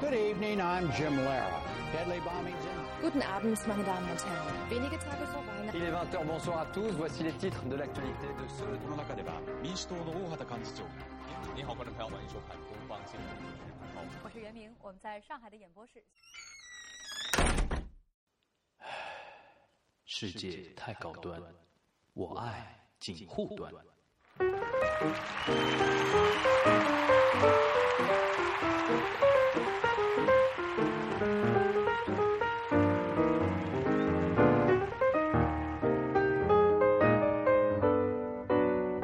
Good evening, I'm Jim Lara. Deadly bombings in. Guten Abend, meine Damen und Herren. Wenige Tage vor Weihnachten. Il est 20h, bonsoir à tous. Voici les titres de l'actualité de ce この中では民主党の大畑幹事長你好观众朋友欢迎收看东方新闻好我是袁明，我们在上海的演播室。世界太高端，我爱锦护端。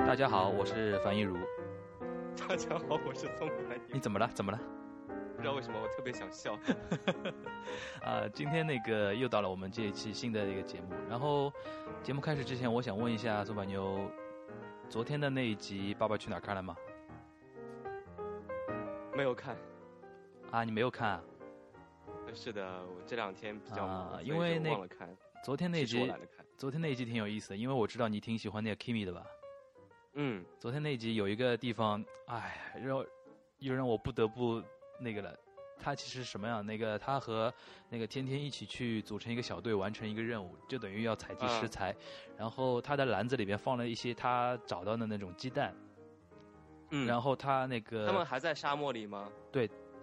大家好，我是樊一茹。 大家好，我是宋怀宁。你怎么了？怎么了？不知道为什么我特别想笑。啊，今天那个又到了我们这一期新的一个节目。然后节目开始之前，我想问一下宋板牛，昨天的那一集《爸爸去哪儿》看了吗？没有看，啊，你没有看啊？是的，我这两天比较忙，啊所以因为就那忘了看。昨天那其实我集懒，得看。昨天那一集挺有意思的，因为我知道你挺喜欢那个 Kimi 的吧？嗯，昨天那一集有一个地方，哎，让我又让我不得不那个了。他其实什么样？那个他和那个天天一起去组成一个小队，完成一个任务，就等于要采集啊食材。然后他的篮子里边放了一些他找到的那种鸡蛋。嗯然后他那个他们还在沙漠里吗？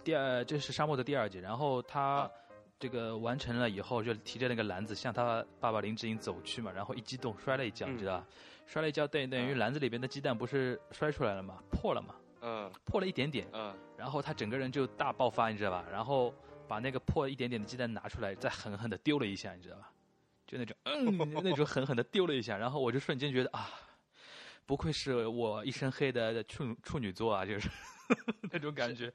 第二，这是沙漠的第二集。然后他啊这个完成了以后，就提着那个篮子向他爸爸林志颖走去嘛。然后一激动摔了一跤，嗯你知道吧？摔了一跤等等于啊篮子里边的鸡蛋不是摔出来了嘛，破了嘛，嗯破了一点点。嗯，然后他整个人就大爆发，你知道吧？然后把那个破一点点的鸡蛋拿出来，再狠狠的丢了一下，你知道吧？就那种 嗯，那种狠狠的丢了一下，然后我就瞬间觉得啊，不愧是我一身黑的处处女座啊，就是 那种感觉。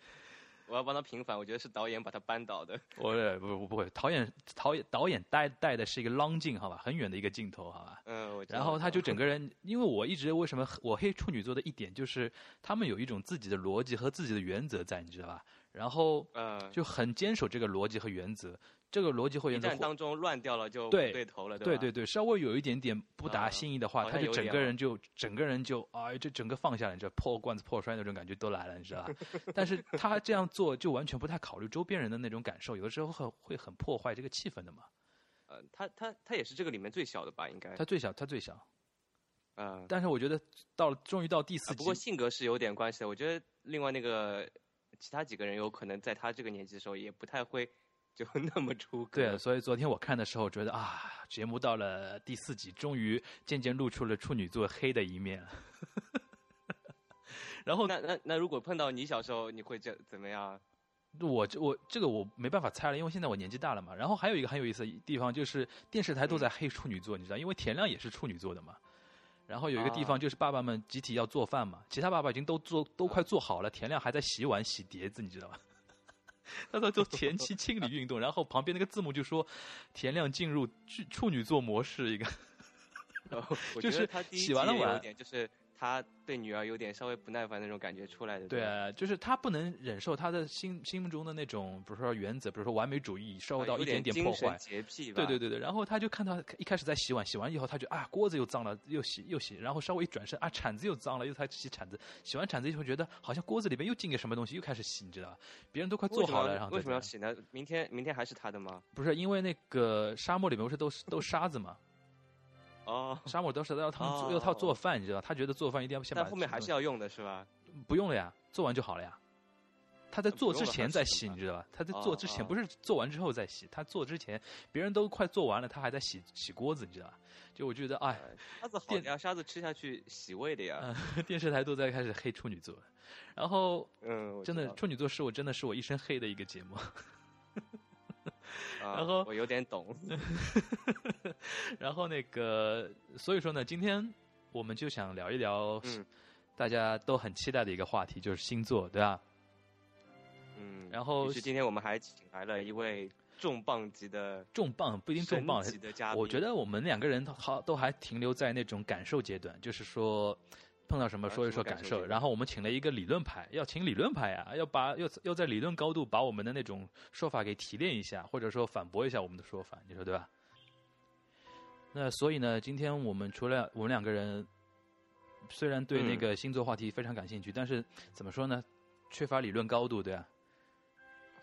我要帮他平反，我觉得是导演把他扳倒的。我也不不不会，导演导演呃导演带带的是一个 long 镜，好吧，很远的一个镜头，好吧。嗯，我知道然后他就整个人，因为我一直为什么我黑处女座的一点就是，他们有一种自己的逻辑和自己的原则在，你知道吧？然后嗯，就很坚守这个逻辑和原则，这个逻辑和一原则战当中乱掉了就对不对头了，对吧？对对，稍微有一点点不达啊心意的话，好像他就有整点个啊人就整个人就哎，这整个放下来，你知道破罐子破摔那种感觉都来了，你知道吧？ 但是他这样做就完全不太考虑周边人的那种感受，有的时候很会很破坏这个气氛的嘛。呃，他他他也是这个里面最小的吧？应该他。最小，他最小，嗯，但是我觉得到了终于到第啊四不集，过性格是有点关系的。我觉得另外那个其他几个人有可能在他这个年纪的时候也不太会就 那么出格。对，啊所以昨天我看的时候觉得啊，节目到了第四集，终于渐渐露出了处女座黑的一面了。 然后那那那如果碰到你小时候，你会这怎么样？ 我这我这个我没办法猜了，因为现在我年纪大了嘛。然后还有一个很有意思的地方就是电视台都嗯在黑处女座，你知道，因为田亮也是处女座的嘛。然后有一个地啊方就是爸爸们集体要做饭嘛，其他爸爸已经都做都嗯快做好了，田亮还在洗碗洗碟子，你知道吧？ 他在做前期清理运动，然后旁边那个字幕就说田亮进入处处女座模式一个。我觉就是得他第一洗完集了也有碗点就是他对女儿有点稍微不耐烦那种感觉出来的。对吧，啊， 就是他不能忍受他的心心目中的那种，比如说原则，比如说完美主义受啊到有一点点精破神坏。洁癖吧。对对对对，然后他就看到一开始在洗碗，洗完以后他就啊锅子又脏了，又洗又洗，然后稍微一转身啊铲子又脏了，又他洗铲子，洗完铲子以后觉得好像锅子里面又进个什么东西，又开始洗，你知道吧？别人都快做为什么好了，要然后为再什么要这样洗呢？明天明天还是他的吗？不是因为那个沙漠里面不是都是都是沙子嘛， 哦，沙漠都是要他们做哦要他做饭，你知道吧，他觉得做饭一定要先把但后面还是要用的是吧？不用了呀，做完就好了呀。他在那不做用之了前还再洗洗，吗你知道吧？他在哦做之哦前不是做完之后再洗，他做之前别人都快做完了，他还在洗洗锅子，你知道吧？就我觉得，哎，沙子好的呀，沙子吃下去洗胃的呀。电视台都在开始黑处女座，然后嗯，我真知的道处女座是我真的是我一身黑的一个节目。 啊然后我有点 懂。然后那个，所以说呢，今天我们就想聊一聊嗯大家都很期待的一个话题，就是星座，对吧？嗯，然后于是今天我们还请来了一位重磅级的重磅不一定重磅，神级的嘉宾。我觉得我们两个人好都还停留在那种感受阶段，就是说碰到什么啊说一什么说感感受阶受。段然后我们请了一个理论派，要请理论派啊，要把要要在理论高度把我们的那种说法给提炼一下，或者说反驳一下我们的说法，你说对吧？那所以呢，今天我们除了我们两个人，虽然对嗯那啊个星座话题非常感兴趣，但是怎么说呢，缺乏理论高度，对吧、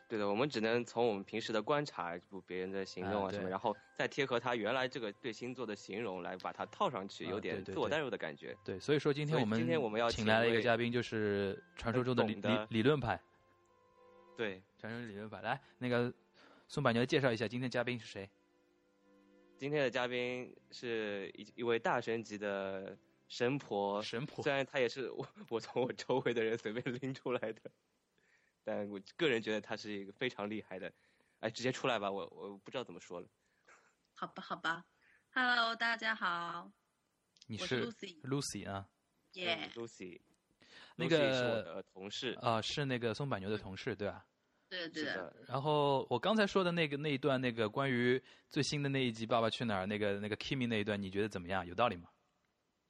对的，我们只能从我们平时的观察，不别人的行动啊啊什么，对然后再贴合他原来这个对星座的形容来把它套上去，啊有对点对自我对代入的感觉。对，所以说今天所以我们今天我们要请请来了一一个位嘉宾，就是传说中的理很理懂得理论派，对，传说中的理论派。来，那个宋柏牛介绍一下今天嘉宾是谁？今天的嘉宾是一一位大神级的神婆，神婆虽然她也是我我从我周围的人随便拎出来的，但我个人觉得她是一个非常厉害的。哎，直接出来吧，我我不知道怎么说了。好吧，好吧。Hello，大家哎好，你我是 Lucy， Lucy 啊？耶、嗯 Lucy，那 Lucy 是我个的同事，啊、是那个松柏牛的同事对吧？对是对的，的，然后我刚才说的那个那一段，那个关于最新的那一集《爸爸去哪儿》那个那个 Kimi 那一段，你觉得怎么样？有道理吗？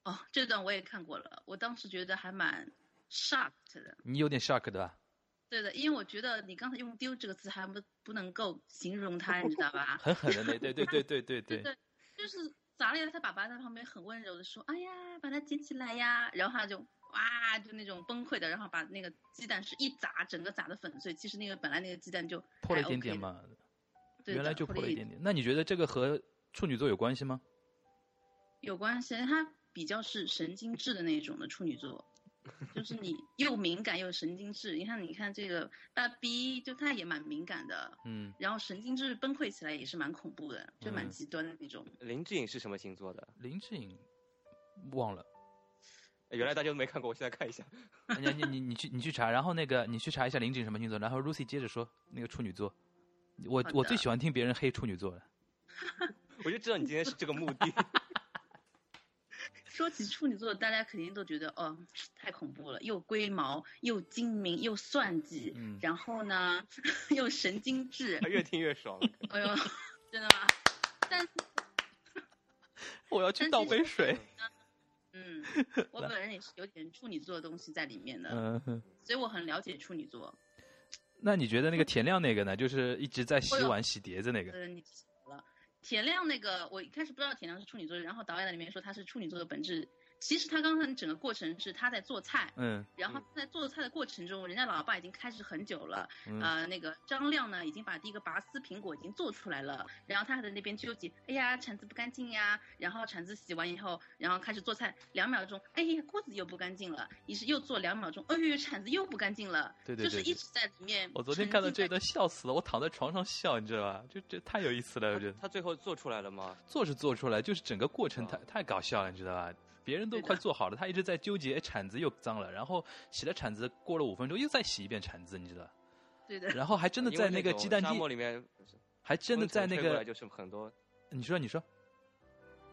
哦，这段我也看过了，我当时觉得还蛮 shocked 的。你有点 shock 对吧？对的，因为我觉得你刚才用“丢”这个词还不不能够形容他，你知道吧？ 狠狠的那对对对对对 对对，就是砸了他爸爸在旁边很温柔的说：“哎呀，把它捡起来呀！”然后他就哇，就那种崩溃的，然后把那个鸡蛋是一砸，整个砸的粉碎。其实那个本来那个鸡蛋就破了一还点 OK 点的，嘛，对原的来就破破了了一一点点。那你觉得这个和处女座有关系吗？有关系，他比较是神经质的那种的处 女座，就是你又敏感又神经质。你看，你看这个爸比，就他也蛮敏感的，嗯，然后神经质崩溃起来也是蛮恐怖的，就蛮嗯极端的那种。林志颖是什么星座的？林志颖忘了，哎原来大家都没看过，我现在看一下。你你你你去你去查，然后那个你去查一下林志颖什么星座，然后 Lucy 接着说那个处女座，我好我最的喜欢听别人黑处女座了。我就知道你今天是这个目的。。说起处女座，大家肯定都觉得哦，太恐怖了，又龟毛，又精明，又算计，嗯然后呢， 又神经质越听越爽了。哎呦，真的吗？但我要去倒杯水。 嗯，我本人也是有点处女座的东西在里面的，嗯，哼所以我很了解处女座。那你觉得那个田亮那个呢？就是一直在洗碗洗碟子那个，呃，你记错了。田亮那个，我一开始不知道田亮是处女座，然后导演在里面说他是处女座的本质。其实他刚才整个过程是他在做菜，嗯然后在做菜的过程中，人家老爸已经开始很久了。嗯，呃，那个张亮呢，已经把第一个拔丝苹果已经做出来了，然后他还在那边纠结，哎呀，铲子不干净呀，然后铲子洗完以后，然后开始做菜，两秒钟，哎呀，锅子又不干净了，于是又做两秒钟，哎呦，铲子又不干净了，对对对就是一对直在里面。我昨天看到这段笑死了，我躺在床上笑，你知道吧？就这太有意思了，我觉得呃他最后做出来了吗？做是做出来，就是整个过程太啊太搞笑了，你知道吧？别人都对的快做好了，他一直在纠结，哎铲子又脏了，然后洗了铲子，过了五分钟又再洗一遍铲子，你知道吧？对的， 然后还真的因为在那个种鸡蛋沙漠地，里面，还真的风在吹那过来个，就是很多。你说你说，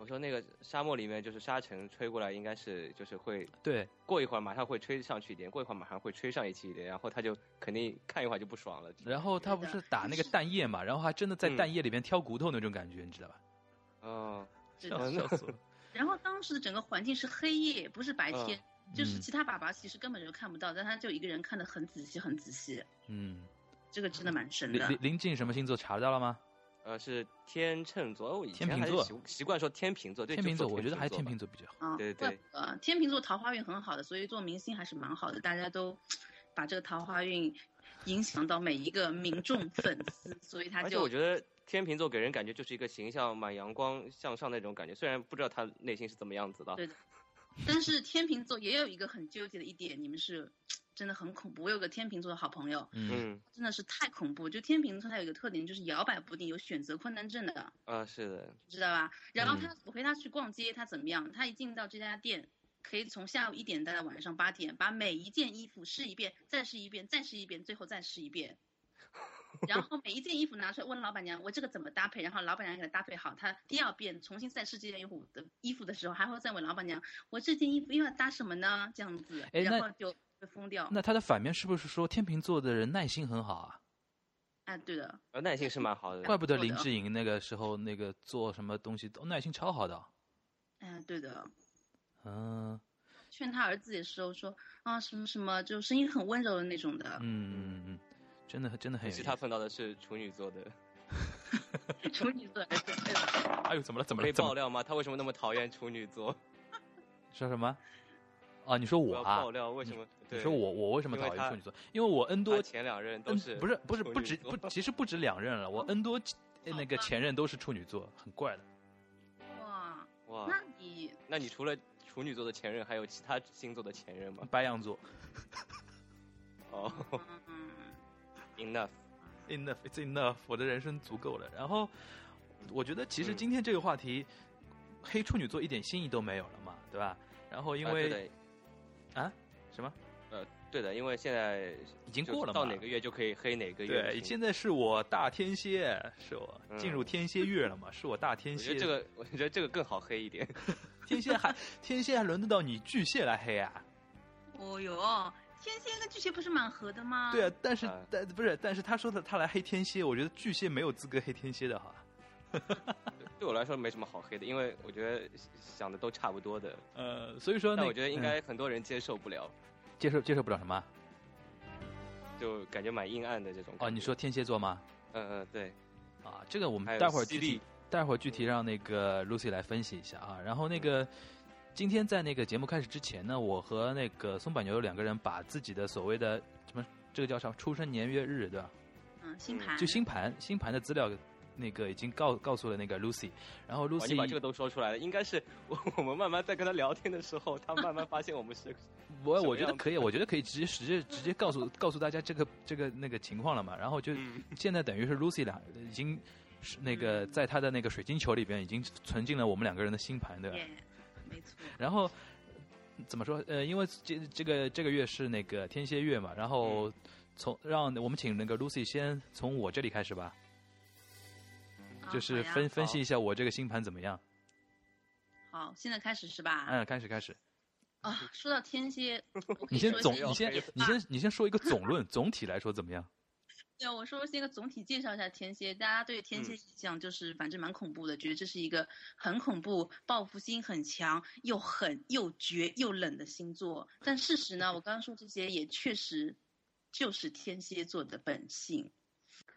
我说那个沙漠里面就是沙尘吹过来，应该是就是会对过一会儿马上会吹上去一点，过一会儿马上会吹上一去一点，然后他就肯定看一会儿就不爽了。然后他不是打那个蛋液嘛，然后还真的在嗯蛋液里边挑骨头那种感觉，你知道吧？嗯，对笑的。笑死我了。然后当时的整个环境是黑夜，不是白嗯天，就是嗯其他爸爸其实根本就看不到，但他就一个人看得很仔细，很仔细，嗯，这个真的蛮神林的林。林静什么星座查到了吗？呃，是天秤座，哦我以前天还秤是座习习惯说天秤座，对，天秤就座，说我觉得还是座天吧秤座比较好。啊，对怪对不得天秤座桃花运很好的，所以做明星还是蛮好的，大家都把这个桃花运影响到每一个民众粉丝，所以他而且就我觉得天秤座给人感觉就是一个形象蛮阳光向上那种感觉，虽然不知道他内心是怎么样子的。对但是天秤座也有一个很纠结的一点，你们是真的很恐怖。我有个天秤座的好朋友，嗯，嗯，真的是太恐怖。就天秤座他有一个特点，就是摇摆不定，有选择困难症的。啊，是的，知道吧？然后他嗯，我陪他去逛街，他怎么样？他一进到这家店，可以从下午一点待到晚上八点，把每一件衣服试一遍，再试一遍，再试一遍，最后再试 一遍。然后每一件衣服拿出来问老板娘，我这个怎么搭配？然后老板娘给他搭配好，他第二遍重新再试这件衣服的衣服的时候，还会再问老板娘，我这件衣服又要搭什么呢？这样子，哎那然后就会疯掉。那他的反面是不是说天秤座的人耐心很好啊？哎，对的，呃，耐性是蛮好的。怪不得做林的志颖那个时候那个做什么东西都耐心超好的。哎，对的。嗯劝他儿子的时候说啊什么什么，就声音很温柔的那种的。嗯嗯嗯，真的真的很可有意惜思。他碰到的是处女座的，处女座儿子，对的哎呦，怎么了？怎么可了？以怎爆么了料吗？他为什么那么讨厌处女座？说什么？啊，你说我我要啊爆，料为什么？你对，说我我为什么因为讨厌他处女座？因为我 N 他多前两任都嗯，是不是不是处不女止座不，其实不止两任了，我 N 多呃那个前任都是处女座，很怪的。哇，啊哇，那你那你除了处女座的前任，还有其他星座的前任吗？白羊座 哦嗯， ，enough， ，enough，it's enough，我的人生足够了。然后我觉得其实嗯今天这个话题，黑处女座一点新意都没有了嘛，对吧？然后因啊为、对的呃什么对的，因为现在已经就过了嘛，到哪个月就可以黑哪个月的对，星座。现在是我大天蝎，是我进入天蝎月了嘛，是我大天嗯我觉蝎。得这个，我觉得这个更好黑一点。天蝎还 天蝎还轮得到你巨蟹来黑啊？哦哟，天蝎跟巨蟹不是蛮合的吗？对啊，但是、啊但不是，但是他说的他来黑天蝎，我觉得巨蟹没有资格黑天蝎的哈。对我来说没什么好黑的，因为我觉得想的都差不多的。呃，所以说那但我觉得应该嗯很多人接受不了，接受接受不了什么啊就感觉蛮阴暗的这种。哦？你说，天蝎座吗？嗯嗯，对，啊，这个我还们有待会儿犀具利体待会儿具体让那个 Lucy 来分析一下啊。然后那嗯个今天在那个节目开始之前呢，我和那个松柏牛两个人把自己的所谓的什么这个叫啥出生年月日对吧？嗯，星盘就星盘星盘的资料，那个已经告告诉了那个 Lucy，然后哇，你把这个 Lucy，都说出来了，应该是我我们慢慢在跟他聊天的时候，他慢慢发现我们是我什么我觉得样可以，我觉得可以直接直接直接告诉告诉大家这个这个那个情况了嘛，然后就嗯 现在等于是 Lucy 俩已经是那个嗯在她的那个水晶球里边已经存进了我们两个人的星盘嗯对吧？耶，没错，然后呃怎么说？呃，因为这这个这个月是那个天蝎月嘛，然嗯后从让我们请那个 Lucy 先从我这里开始吧，啊就是好呀分分析一下我这个星盘怎么样。好，现在开始是吧？嗯，开始开始。啊，说到天蝎，我可以你先说总，一些你先黑你先你先说一个总论，总体来说怎么样？对，我说先个总体介绍一下天蝎，大家对天蝎印象就是反正蛮恐怖的，觉得这是一个很恐怖、报复心很强、又狠又绝又冷的星座。但事实呢，我刚刚说这些也确实就是天蝎座的本性。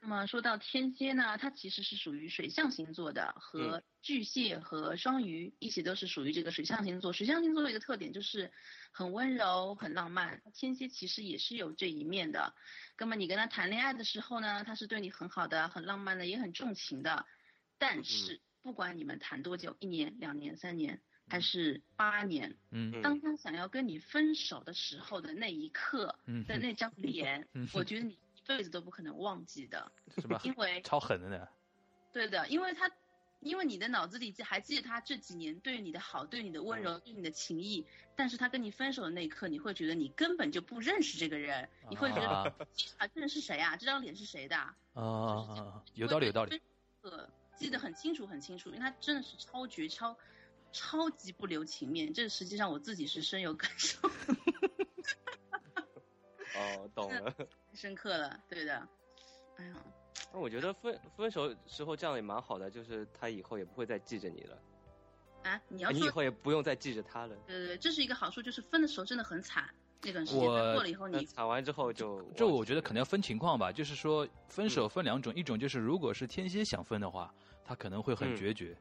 那么说到天蝎呢，它其实是属于水象星座的，和巨蟹和双鱼一起都是属于这个水象星座。水象星座的一个特点就是很温柔、很浪漫，天蝎其实也是有这一面的。那么你跟他谈恋爱的时候呢，他是对你很好的、很浪漫的，也很重情的。嗯但是不管你们谈多久，一年、两年、三年，还是八年， 嗯嗯当他想要跟你分手的时候的那一刻嗯，的那张脸嗯，我觉得你一辈子都不可能忘 记的，是吧？因为超狠的呢。对的，因为他，因为你的脑子里记还记得他这几年对你的好、对你的温嗯柔、对你的情谊，但是他跟你分手的那一刻，你会觉得你根本就不认识这个人，你会觉得啊啊，这人是谁啊？这张脸是谁的啊？啊啊，啊有道理有道理。。呃，记得很清楚很清楚，因为他真的是超绝超。超级不留情面，这实际上我自己是深有感受、 嗯哦，懂了。深刻了，对的。哎呀，那我觉得分分手时候这样也蛮好的，就是他以后也不会再记着你了，哎啊，你哎要你以说，后也不用再记着他了。呃，这是一个好处，就是分的时候真的很惨，那段时间我呃但过了以后那你，惨完之后就这忘我记觉了得可能要分情况吧，就是说分手分两种，一种就是如果是天蝎想分的话，他可能会很嗯决绝，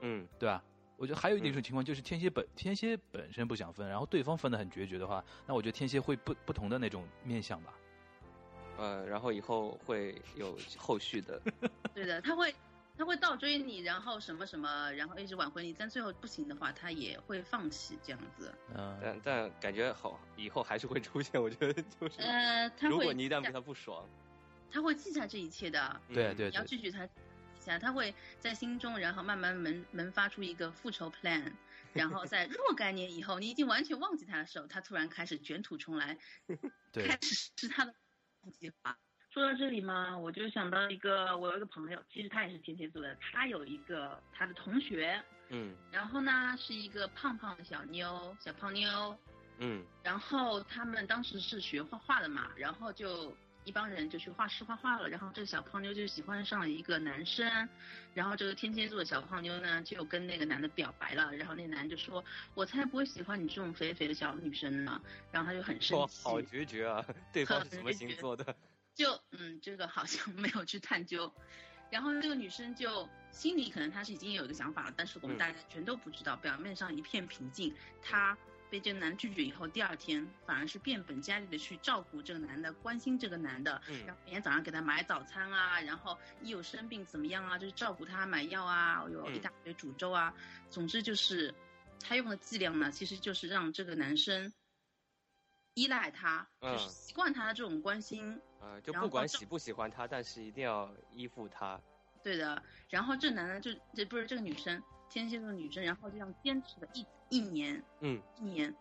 嗯对吧？我觉得还有一嗯种情况就是天蝎本天蝎本身不想分，然后对方分的很决绝的话，那我觉得天蝎会不不同的那种面相吧。呃，然后以后会有后续的。对的，他会他会倒追你，然后什么什么，然后一直挽回你，但最后不行的话，他也会放弃这样子。嗯，但但感觉好，以后还是会出现。我觉得就是，呃，他如会果你一旦记对下他不爽，他会记下这一切的，对嗯对你要对，拒绝他，下他会在心中，然后慢慢萌萌发出一个复仇 plan，然后在若干年以后，你已经完全忘记他的时候，他突然开始卷土重来，对 开始实施他的计划。说到这里嘛，我就想到一个，我有一个朋友，其实他也是天蝎座的，他有一个他的同学，嗯然后呢是一个胖胖的小妞，小胖妞，嗯然后他们当时是学画画的嘛，然后就一帮人就去画室画画了。然后这个小胖妞就喜欢上了一个男生，然后这个天蝎座的小胖妞呢就跟那个男的表白了。然后那男就说：“我才不会喜欢你这种肥肥的小女生呢。”然后他就很生哇，气，好决绝啊！ 对方是什么很决星绝座的？就嗯，这个好像 没有去探究。然后这个女生就心里可能她是已经有一个想法了，但是我们嗯大家全都不知道，表面上一片平静。她被这个男拒绝以后，第二天反而是变本加厉的去照顾这个男的，关心这个男的，嗯然后每天早上给他买早餐啊，然后一有生病怎么样啊，就是照顾他买药啊，有嗯一大堆煮粥啊，总之就是他用的伎俩呢，其实就是让这个男生依赖他，就是嗯习惯他的这种关心。啊，就然不后管照喜不喜欢他，但是一定要依附他。对的，然后这男的就这不是这个女生，天蝎座的女生，然后就这样坚持了一一年，嗯，一年，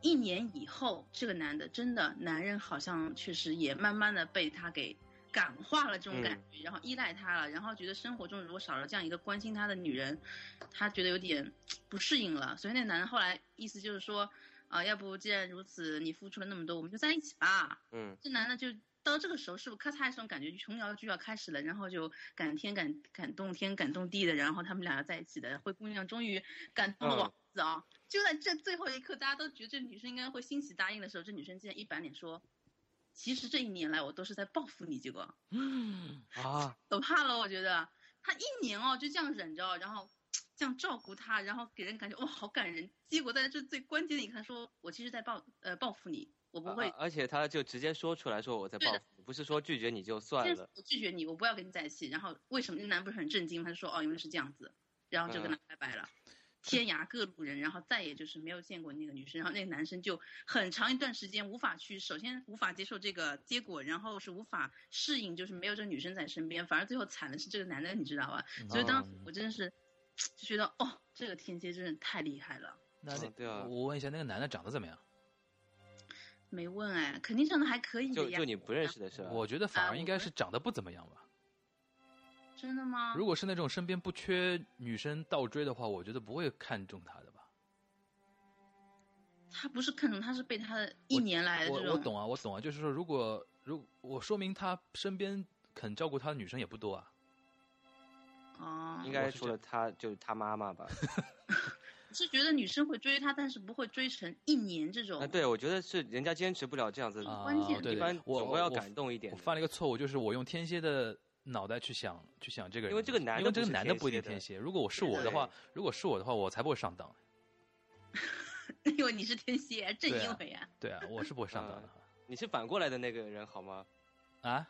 一年以后，这个男的真的男人好像确实也慢慢的被他给感化了这种感觉，然后依赖他了，然后觉得生活中如果少了这样一个关心他的女人，他觉得有点不适应了，所以那男的后来意思就是说，啊、要不既然如此，你付出了那么多，我们就在一起吧，嗯这男的就到这个时候，是不是咔嚓一声感觉琼瑶剧要开始了？然后就感天感感动天感动地的，然后他们俩要在一起的。灰姑娘终于感动了嗯王子啊！就在这最后一刻，大家都觉得这女生应该会欣喜答应的时候，这女生竟然一板脸说：“其实这一年来我都是在报复你。”结果啊，可怕了，我觉得他一年哦就这样忍着，然后这样照顾他，然后给人感觉哇好感人。结果在这最关键的一刻，他说：“我其实在报呃报复你，我不啊会而且他就直接说出来说我在对报的复你，不是说拒绝你就算先了。我拒绝你，我不要跟你在一起。然后为什么那男不是很震惊吗？他就说哦，原来是这样子，然后就嗯跟他拜拜了。天涯各路人，然后再也就是没有见过那个女生，然后那个男生就很长一段时间无法去，首先无法接受这个结果，然后是无法适应，就是没有这个女生在身边，反而最后惨的是这个男的，你知道吧？所以嗯当哦时我真的是就觉得，哦，这个天蝎真是太厉害了。那那嗯对啊我问一下，那个男的长得怎么样？没问哎，肯定长得还可以就的呀。就你不认识的事儿，我觉得反啊而我应该觉是长得不怎么样吧。真的吗？如果是那种身边不缺女生倒追的话，我觉得不会看中他的吧。他不是看中，他是被他的一年来的这种我我懂啊，我懂啊，就是说，如果如我说明他身边肯照顾他的女生也不多啊。哦，应我该是除这了他就是他妈妈吧。是觉得女生会追他，但是不会追成一年这种。啊，对，我觉得是人家坚持不了这样子，啊关键，对一对般我总归要我感动一点我的犯了一个错误，就是我用天蝎的脑袋去想去想这个人，因为这个男的因为这不个是男的天不一定蝎的天蝎。如果我是我的话，如果是我的话，我才不会上当。 因为你是天蝎，正对啊因为啊，对啊，我是不会上当的你是反过来的那个人好吗？嗯啊。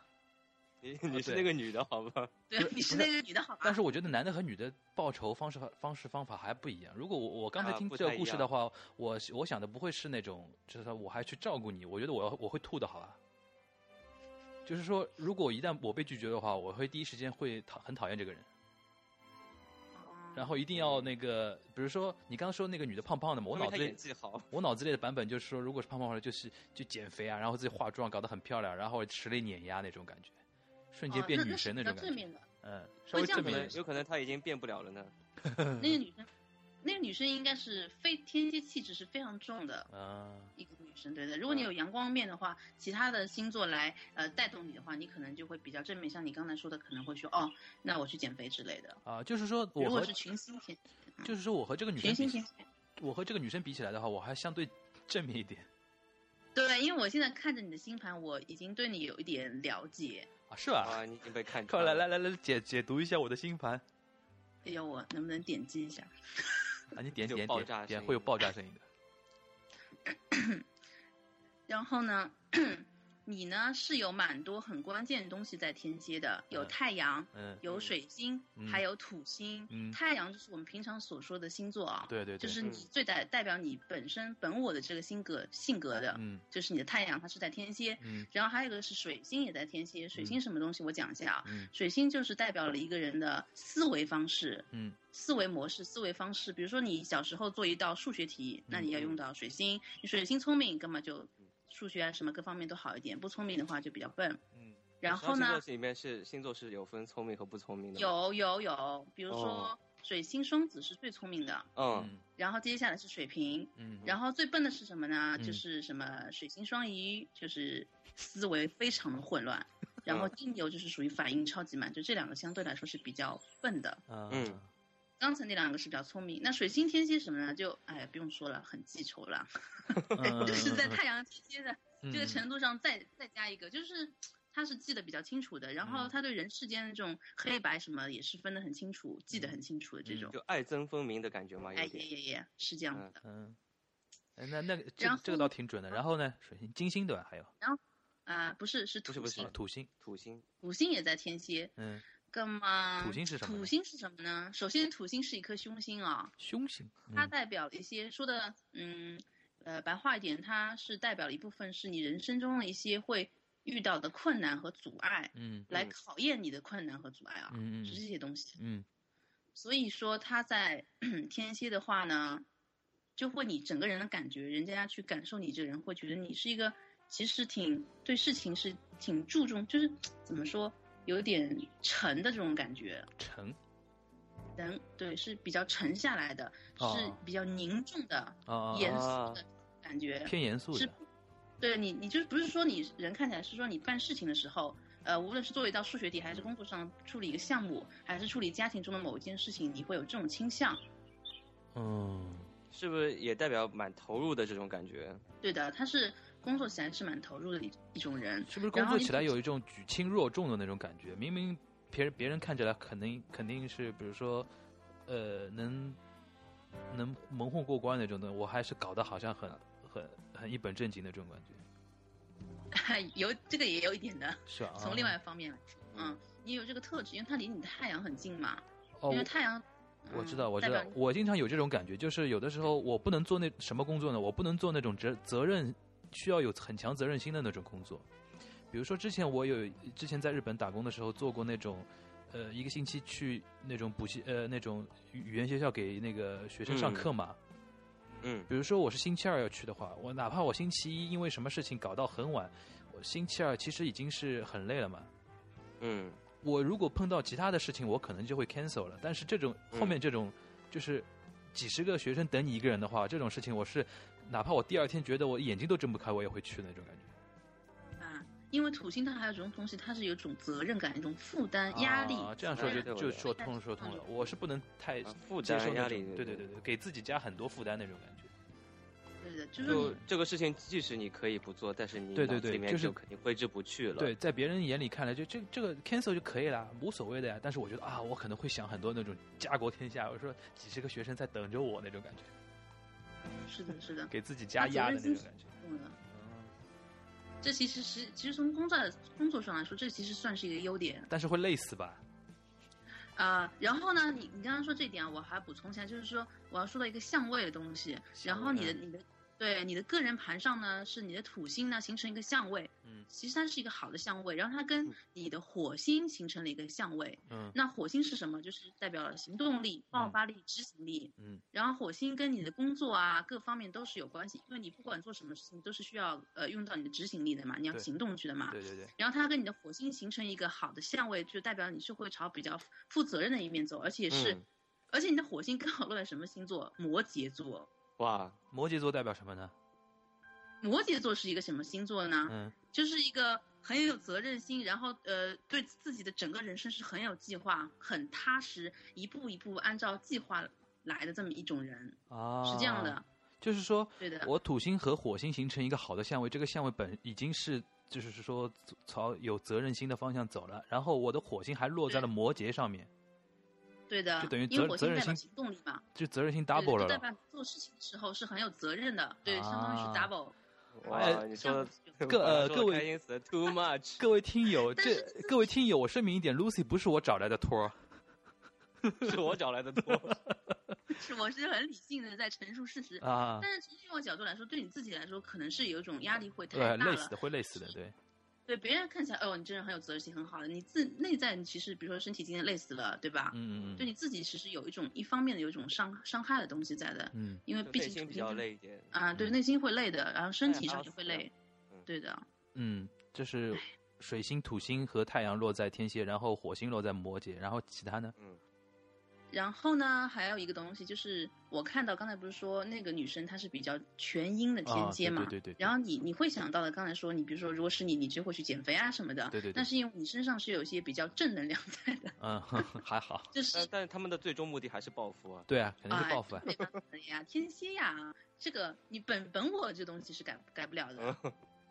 你你是对那个女的好吗？对，啊你是那个女的好吧？但是我觉得男的和女的报仇方式和方式方法还不一样。如果我我刚才啊听不这个太故一事样的话，我我想的不会是那种，就是说我还去照顾你，我觉得我要我会吐的，好吧？就是说，如果一旦我被拒绝的话，我会第一时间会讨很讨厌这个人，哦然后一定要那个，比如说你刚刚说那个女的胖胖的 嘛，我说明脑他子里演技 好，我脑子里的版本就是说，如果是胖胖的，就是就减肥啊，然后自己化妆搞得很漂亮，然后实力碾压那种感觉，瞬间哦变那女那是神比种较感正觉面，的。嗯，稍会微这样可正面子一能点有可能他已经变不了了呢。嗯那个女生，那个女生应该是非天蝎气质是非常重的啊。一个女生，对的。嗯如果你有阳光面的话，其他的星座来呃带动你的话，你可能就会比较正面。像你刚才说的，可能会说哦，那我去减肥之类的。啊，就是说我如和果是群星天，嗯就是说我和这个女群生星比天起，。我和这个女生比起来的话，我还相对正面一点对，因为我现在看着你的星盘，我已经对你有一点了解。啊，是吧？啊，你已经被看 快穿来了。来来来解解读一下我的星盘哎呦，我能不能点击一下？啊，你点有点爆炸点点声会有音爆炸声音的。然后呢， 你呢是有蛮多很关键的东西在天蝎的，有嗯太阳，嗯，有水星，嗯还有土星。嗯太阳就是我们平常所说的星座啊，对对对，就是你嗯最代代表你本身本我的这个性格性格的，嗯就是你的太阳它是在天蝎，嗯然后还有一个是水星也在天蝎。水星什么东西？我讲一下啊。嗯水星就是代表了一个人的思维方式，嗯思维模式、思维方式。比如说，你小时候做一道数学题，那你要嗯用到水星。你水星聪明，根本就数学啊什么各方面都好一点；不聪明的话就比较笨。嗯，然后呢星座，是里面是星座是有分聪明和不聪嗯明的。，有有有，比如说哦水星双子是最聪明的，嗯，嗯然后接下来是水瓶，嗯，然后最笨的是什么呢？嗯就是什么水星双鱼，就是思维非常的混 乱。然嗯后金牛就是属于反应超级慢，就这两个相对来说是比较笨的。啊 嗯刚才那两个是比较聪明，那水星天蝎什么呢？就哎呀，不用说了，很记仇了，嗯就是在嗯太阳天蝎的嗯这个嗯程度上再再加一个，就是他是记得比较清楚的，然后嗯他对人世间的这种黑白什么也是分得很清楚，嗯记得很清楚的这种就。爱憎分明的感觉嘛，有哎耶点。耶耶，是这样子的。嗯哎那那个这然这个倒后挺准的。然后呢，水星、金星对吧？还有啊、不是是不是土不是星啊，土星，土星土星也在天蝎。嗯，那么土星是什么呢土星是什么呢？首先，土星是一颗凶星啊、凶星，它嗯代表了一些说的，嗯，呃，白话一点，它是代表了一部分是你人生中的一些会遇到的困难和阻碍，嗯来嗯考验你的困难和阻碍啊，嗯是这嗯些东西。嗯所以说，它在 天蝎的话呢，就会你整个人的感觉，人家去感受你这个人，会觉得你是一个其实挺对事情是挺注重，就是怎么说，有点沉的这种感觉。嗯，沉人对是比较沉下来的，是哦比较凝重的、啊，严肃啊的感觉。偏严肃是的，，对你，你就是不是说你人看起来是说你办事情的时候，呃，无论是做一道数学题，还是工作上处理一个项目，还是处理家庭中的某一件事情，你会有这种倾向。嗯是不是也代表蛮投入的这种感觉？对的，他是工作起来是蛮投入的一一种人， 是不是然工后作你起来可有一种举轻若重的那种感觉？明明别人别人看起来肯定肯定是，比如说，呃，能能蒙混过关那种的，我还是搞得好像很很很一本正经的这种感觉，有这个也有一点的，是吧？啊从另外一方面来说，嗯，你有这个特质，因为它离你的太阳很近嘛，哦因为，太阳。我嗯知道，我代知表道，我经常有这种感觉，就是有的时候我不能做那什么工作呢？我不能做那种责责任需要有很强责任心的那种工作。比如说，之前我有之前在日本打工的时候做过那种，呃，一个星期去那种补习呃那种语语言学校给那个学生上嗯课嘛。嗯，比如说我是星期二要去的话，我哪怕我星期一因为什么事情搞到很晚，我星期二其实已经是很累了嘛。嗯，我如果碰到其他的事情，我可能就会 cancel 了。但是这种嗯后面这种、就是几十个学生等你一个人的话，这种事情我是哪怕我第二天觉得我眼睛都睁不开，我也会去的那种感觉。啊，因为土星它还有一种东西，它是有一种责任感、一种负担、压力。啊、这样说呃对就对就对说通说通了。我是不能太啊负接受担那压种力，对对对对，给自己加很多负担那种感觉。对的，就是就你这个事情，即使你可以不做，但是你对对脑子对里面就是就肯定挥之不去了。对，在别人眼里看来，就这这个 cancel 就可以了，无所谓的呀。但是我觉得啊，我可能会想很多那种家国天下，我说几十个学生在等着我那种感觉，是的，是的，给自己加啊责压的那任心种感觉。懂嗯了。这其实是，其实从工作工作上来说，这其实算是一个优点但是会累死吧？啊、然后呢，你你刚刚说这一点啊，我还补充一下，就是说我要说到一个相位的东西，然后你嗯的你的对你的个人盘上呢，是你的土星呢形成一个相位，嗯其实它是一个好的相位，然后它跟你的火星形成了一个相位，嗯那火星是什么？就是代表了行动力、爆发力、执行力。嗯。然后火星跟你的工作啊各方面都是有关系，因为你不管做什么事情都是需要呃用到你的执行力的嘛，你要对行动去的嘛。对对对，然后它跟你的火星形成一个好的相位，就代表你是会朝比较负责任的一面走，而且是，嗯而且你的火星刚好落在什么星座？摩羯座。哇，摩羯座代表什么呢？摩羯座是一个什么星座呢？嗯就是一个很有责任心，然后呃，对自己的整个人生是很有计划、很踏实，一步一步按照计划来的这么一种人，啊，是这样的，，就是说对的。我土星和火星形成一个好的相位，这个相位本已经是就是说朝有责任心的方向走了，然后我的火星还落在了摩羯上面，对的，就等于因为责火责星任代表心行动力嘛，就责任心对 double 就了代咯。表你做事情的时候是很有责任的，对，啊相当于是 double。 哎哇，你说的各呃说的各位开心死了，too much。各位听友，但是这各位听友，我声明一点，Lucy 不是我找来的托儿，是我找来的多。是我是很理性的在陈述事实，啊，但是从另外角度来说，对你自己来说，可能是有一种压力会太对，大累死了的。会累死的，对，对别人看起来，哦，你这人很有责任心，很好的，你自内在你其实，比如说身体今天累死了，对吧？嗯嗯对嗯你自己其实有一种一方面的有一种伤伤害的东西在的，嗯，因为就毕内竟心土比星较它累一点。啊，对嗯内心会累的，然后身体上也会哎累嗯，对的，嗯，这是水星、土星和太阳落在天蝎，然后火星落在摩羯，然后其他呢？嗯，然后呢，还有一个东西就是，我看到刚才不是说那个女生她是比较全阴的啊天蝎嘛，对对对对对然后你你会想到的，刚才说你比如说如果是你，你就会去减肥啊什么的，对对对但是因为你身上是有一些比较正能量在的，嗯， 还好，就是但但是他们的最终目的还是报复啊。对啊，呃肯定啊，是报复啊。没办法的呀，天蝎呀，这个你本本我这东西是改改不了的。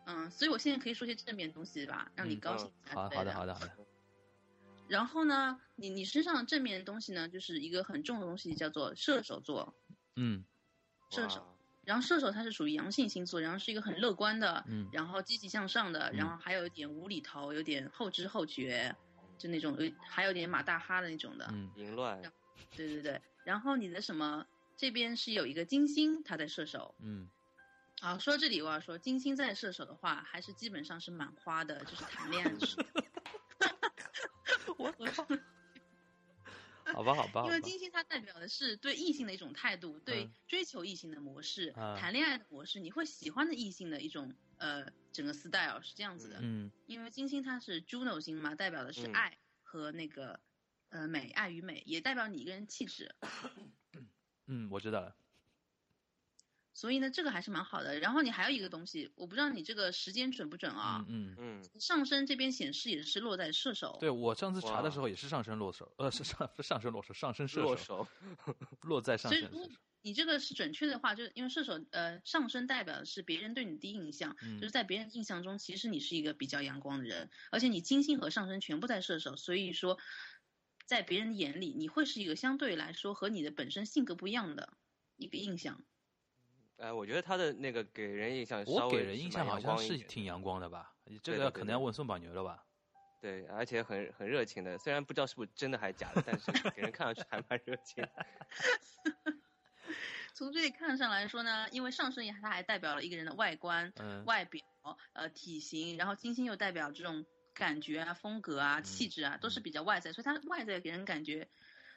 嗯，所以我现在可以说些正面东西吧，让你嗯高兴一下好，之类好的，好的，好的。然后呢，你你身上的正面的东西呢，就是一个很重的东西，叫做射手座。嗯，射手哇然后射手他是属于阳性星座，然后是一个很乐观的，嗯然后积极向上的，嗯然后还有一点无厘头，有点后知后觉，就那种有呃还有点马大哈的那种的，嗯淫乱，对对对。然后你的什么这边是有一个金星，他在射手嗯，啊。说到这里我要说，金星在射手的话，还是基本上是蛮花的，就是谈恋爱的嗯时候， 我靠，好吧好吧，好 因为吧金星它代表的是对异性的一种态度，对嗯追求异性的模式，啊谈恋爱的模式，你会喜欢的异性的一种呃整个 style 是这样子的。嗯因为金星它是 Juno 星嘛，代表的是嗯爱和那个、呃美，爱与美，也代表你一个人气质。嗯，我知道了，所以呢，这个还是蛮好的。然后你还有一个东西，我不知道你这个时间准不准啊？嗯嗯，嗯，上升这边显示也是落在射手，对我上次查的哇时候也是上升落手，呃是上是上升落手，上升射落手手， 落在上所以升如果射手，你这个是准确的话，就是因为射手呃上升代表的是别人对你的第一印象，嗯就是在别人印象中，其实你是一个比较阳光的人，而且你金星和上升全部在射手，所以说在别人的眼里，你会是一个相对来说和你的本身性格不一样的一个印象。哎，我觉得他的那个给人印象，我给人印象好像是挺阳阳光的吧，这对个对可能对要问宋宝牛了吧。对，而且很很热情的，虽然不知道是不是真的还是假的， 但是给人看上去还蛮热情的。从这里看上来说呢，因为上升也它还代表了一个人的外观、嗯外表、呃体型，然后金星又代表这种感觉啊、风格啊、嗯气质啊，都是比较外在，所以它外在给人感觉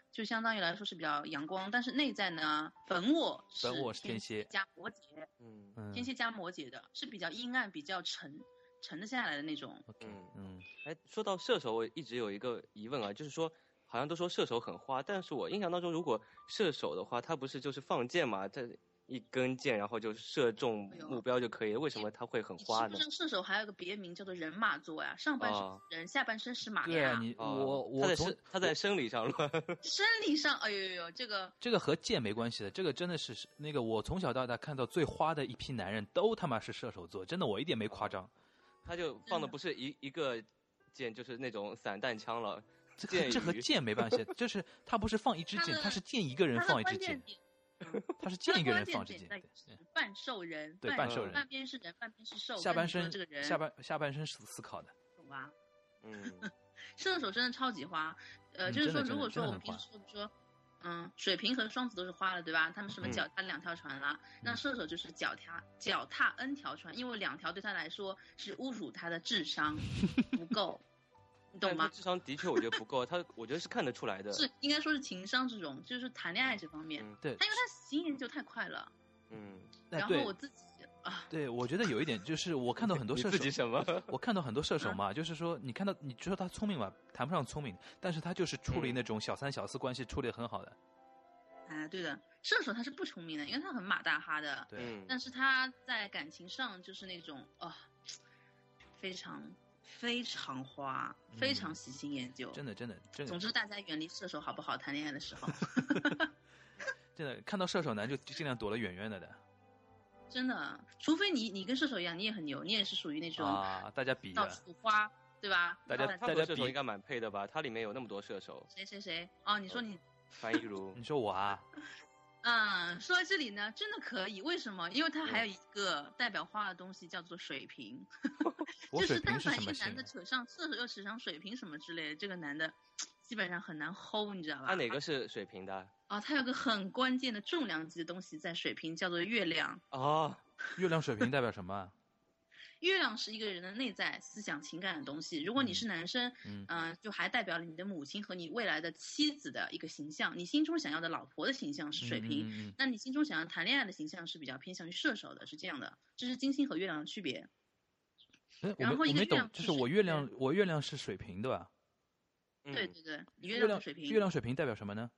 就相当于来说是比较阳光，但是内在呢，本我是本我是天蝎加摩羯，嗯嗯天蝎加摩羯的是比较阴暗、比较沉沉得下来的那种。 ，OK，嗯嗯哎，说到射手，我一直有一个疑问啊，就是说，好像都说射手很花，但是我印象当中，如果射手的话，他不是就是放箭嘛，这一根箭，然后就射中哎呦目标就可以，为什么他会很你知花不呢知？道射手还有个别名叫做人马座呀？上半身哦是人，下半身是马对哎呀啊，。你哦我他我在从生他在生理上乱，生理上，哎呦呦呦，这个这个和剑没关系的，这个真的是那个我从小到大看到最花的一批男人都他妈是射手座，真的我一点没夸张，他就放的不是一一个箭，就是那种散弹枪了。这剑和这和鱼剑没关系，就是他不是放一支他箭，的他是箭一个人它放的一支关箭，键点他是它箭的一个人关放键一支箭，点在对于是半兽人，对半兽人半边是人，半边是兽，下半看你身说这个人下半下半身是思考的，懂啊。嗯， 射手真的超级花，呃，嗯就是真的真说，的如果真说的我很们平花时说说，嗯，水瓶和双子都是花了，对吧？他们什么嗯脚踏两条船啦，嗯那射手就是脚踏脚踏 n 条船，因为两条对他来说是侮辱他的智 商不够，你懂但他吗？智商的确我觉得不够，他我哎觉得是看得出来的。是应该说是情商这种，就是谈恋爱这方面，嗯对他因为他喜新厌旧太快了，嗯，哎哎然后对我自己啊，对，我觉得有一点就是我看到很多你射自己手。什么？我看到很多射啊手嘛，就是说，你看到你说他聪明吧，谈不上聪明，但是他就是处理嗯那种小三小四关系处理得很好的，哎，对的，射手他是不聪明的，因为他很马大哈的，对， 嗯，但是他在感情上就是那种哦，非常非常花，非常嗯喜新厌旧。真的真的真的总，之，大家远离射手好不好？谈恋爱的时候， 真的看到射手男就就尽量躲得远远的的真的，除非你你跟射手一样，你也很牛，你也是属于那种啊，大家比到着，处花，对吧？大然家后他大和家射手比应该蛮配的吧？他里面有那么多射手，谁谁谁哦，你说你樊一 茹你说我啊，嗯，说到这里呢，真的可以，为什么？因为它还有一个代表花的东西叫做 水瓶。我就水是平但是凡什一么啊个星男的？扯上射手又扯上水瓶什么之类的，这个男的基本上很难 hold，你知道吧？他哪个是水瓶的啊？啊，他有个很关键的重量级的东西在水瓶，叫做月亮。嗯哦，月亮水平代表什么 啊？月亮是一个人的内在思想情感的东西。如果你是男生，嗯嗯、就还代表了你的母亲和你未来的妻子的一个形象。你心中想要的老婆的形象是水瓶，嗯嗯嗯那你心中想要谈恋爱的形象是比较偏向于射手的，是这样的。这是金星和月亮的区别。嗯，哎然我后没我一个没月懂亮，就是是我水月亮我月亮是水平对吧？嗯对对对，你月月亮亮和水瓶，月亮水平代表什么呢？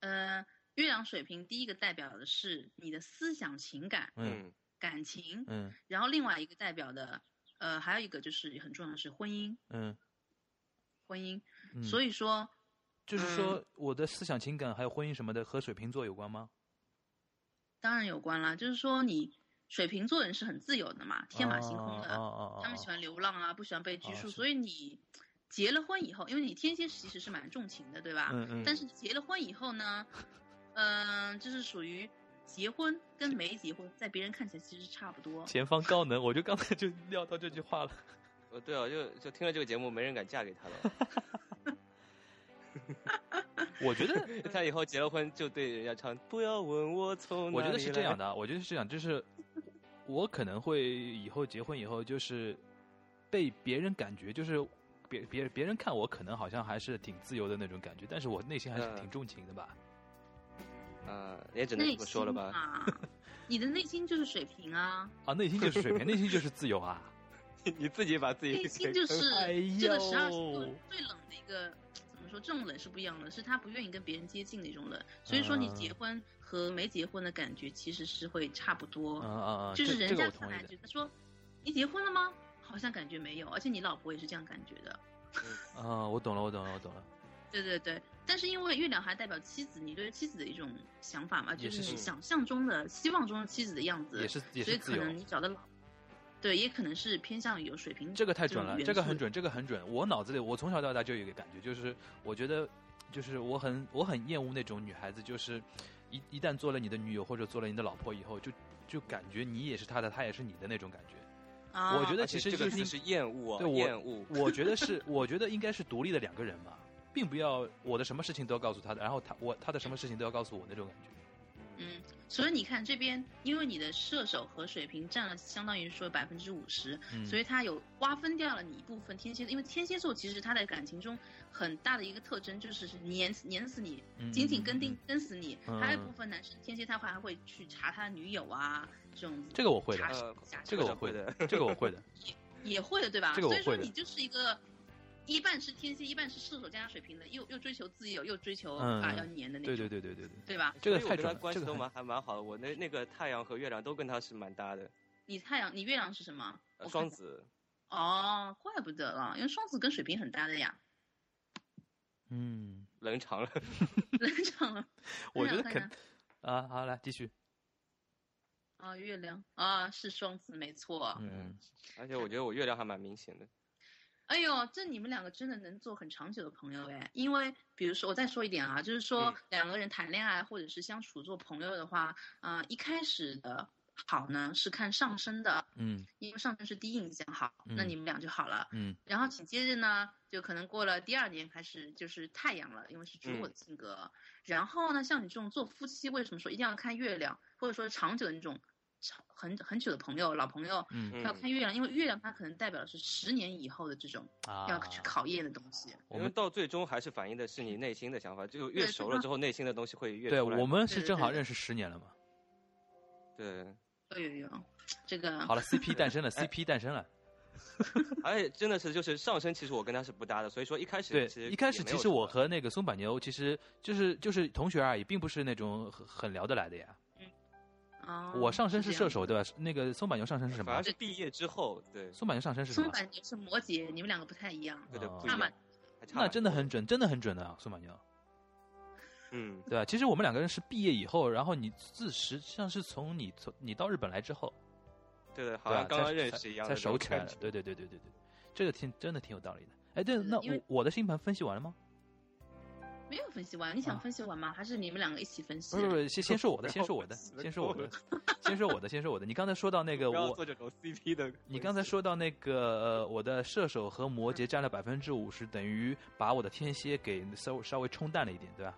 呃，月亮水瓶第一个代表的是你的思想、情感、嗯嗯感情，嗯然后另外一个代表的，呃，还有一个就是很重要的是婚姻，嗯婚姻。嗯，所以以嗯说，就是说我的思想情感还有婚姻什么的和水瓶座有关吗？当然有关啦，就是说你水瓶座人是很自由的嘛，天马行空哦的，哦哦哦他们喜欢流浪啊，不喜欢被拘哦束，是所以你结了婚以后，因为你天蝎其实是蛮重情的，对吧？嗯嗯，呃但是结了婚以后呢，嗯、就是属于结婚跟没结婚，在别人看起来其实差不多。前方高能，我就刚才就料到这句话了。呃，对啊，就就听了这个节目，没人敢嫁给他了。 我觉得， 他以后结了婚就对人家唱“不要问我从哪里我觉得是这样的，的啊，我觉得是这样，就是我可能会以后结婚以后，就是被别人感觉就是别别别人看我，可能好像还是挺自由的那种感觉，但是我内心还是嗯挺重情的吧。 嗯、也只能内这么说了心吧。啊，你的内心就是水 平啊，啊，内心就是水平，内心就是自由啊。 你自己把自己内 心就是哎呦这个十二星座最冷的一个，怎么说？这种冷是不一样的，是他不愿意跟别人接近的一种冷。所以说，你嗯结婚和没结婚的感觉其实是会差不多。嗯嗯嗯，就是这人这个家我同看意来的觉得说，你结婚了吗？好像感觉没有，而且你老婆也是这样感觉的。嗯，我懂了，我懂了，我懂了。对对对，但是因为月亮还代表妻子，你对妻子的一种想法嘛，也就是是是你想象中的、希望中的妻子的样子，也是也所是以自可由。能你找的老，对，也可能是偏向于有水平。这个太准了，这这种元素个很准，这个很准。我脑子里，我从小到大就有一个感觉，就是我觉得，就是我很我很厌恶那种女孩子，就是一一旦做了你的女友或者做了你的老婆以后，就就感觉你也是她的，她也是你的那种感觉。啊，我觉得而其且实这就个是词是厌恶啊，对我厌恶。我觉得是，我觉得应该是独立的两个人嘛，并不要我的什么事情都要告诉她的，然后她我她的什么事情都要告诉我那种感觉。嗯，所以你看这边，因为你的射手和水瓶占了相当于说百分之五十，嗯，所以它有瓜分掉了你一部分天蝎，因为天蝎座其实它在感情中很大的一个特征就是是黏黏死你，嗯紧紧跟嗯定嗯跟死你。嗯还有一部分男生天蝎他还还会去查他女友啊这种，这个我会的查呃查这个我我会会的的，这个我 会的。也会的对吧？这个我所以说会的你就是一个。一半是天蝎，一半是射手加上水瓶的，又又追求自由，又追求、嗯啊要黏的那种，对对对对对对，对吧？这个所以我太跟准他了关这系都个很蛮还蛮好的。我那那个太阳和月亮都跟他是蛮搭的，你太阳，你月亮是什么？呃我看双看子。哦，怪不得了，因为双子跟水瓶很搭的呀， 嗯，冷场了，冷场了。我觉得看肯看啊，好来继续，啊，月亮啊是双子，没错。嗯， 而且我觉得我月亮还蛮明显的。哎呦，这你们两个真的能做很长久的朋友哎，因为比如说我再说一点啊，就是说嗯两个人谈恋爱或者是相处做朋友的话，啊、一开始的好呢是看上升的，嗯因为上升是第一印象好，那嗯你们俩就好了。嗯然后紧接着呢，就可能过了第二年开始就是太阳了，因为是主嗯火的性格。然后呢，像你这种做夫妻，为什么说一定要看月亮，或者说长久的那种长很很久的朋友、老朋友，嗯嗯要，看月亮，因为月亮它可能代表的是十年以后的这种、啊，要去考验的东西。我因为们到最终还是反映的是你内心的想法，就越对熟对啊了吧之后，内心的东西会越对出来我们对是对正好对认识十年了嘛。对，哎呦呦，这个好了，CP 诞生了，CP 哎诞生了。而且真的是就是上升，其实我跟他是不搭的，所以说一开始对其实，一开始也没其有实什么我和那个松柏牛其实就是就是同学而已，并不是那种很很聊得来的呀。哦我上身是这样射手对吧？那个松柏牛上身是什反么啊而？是毕业之后，对松柏牛上身是什松么啊柏？牛是摩羯，你们两个不太一样。对对哦不一样那蛮，还差那蛮真的多很准，真的很准的啊，松柏牛，嗯，对吧？其实我们两个人是毕业以后，然后你自实际上是从你从你到日本来之后，对对，啊好对吧像？刚刚才认才识一样才的那种熟起来感了觉。对对对对对对，这个挺真的挺有道理的。哎，对，对那因为我我的星盘分析完了吗？没有分析完，你想啊分析完吗？还是你们两个一起分析？不是 不是，先先说我的，不先要说我的，死了先说我够的，先说我的，先说我的。你刚才说到那 个不要我做这种 CP 的。你刚才，说到那个呃，我的射手和摩羯占了百分之五十，等于把我的天蝎给稍稍微冲淡了一点，对吧？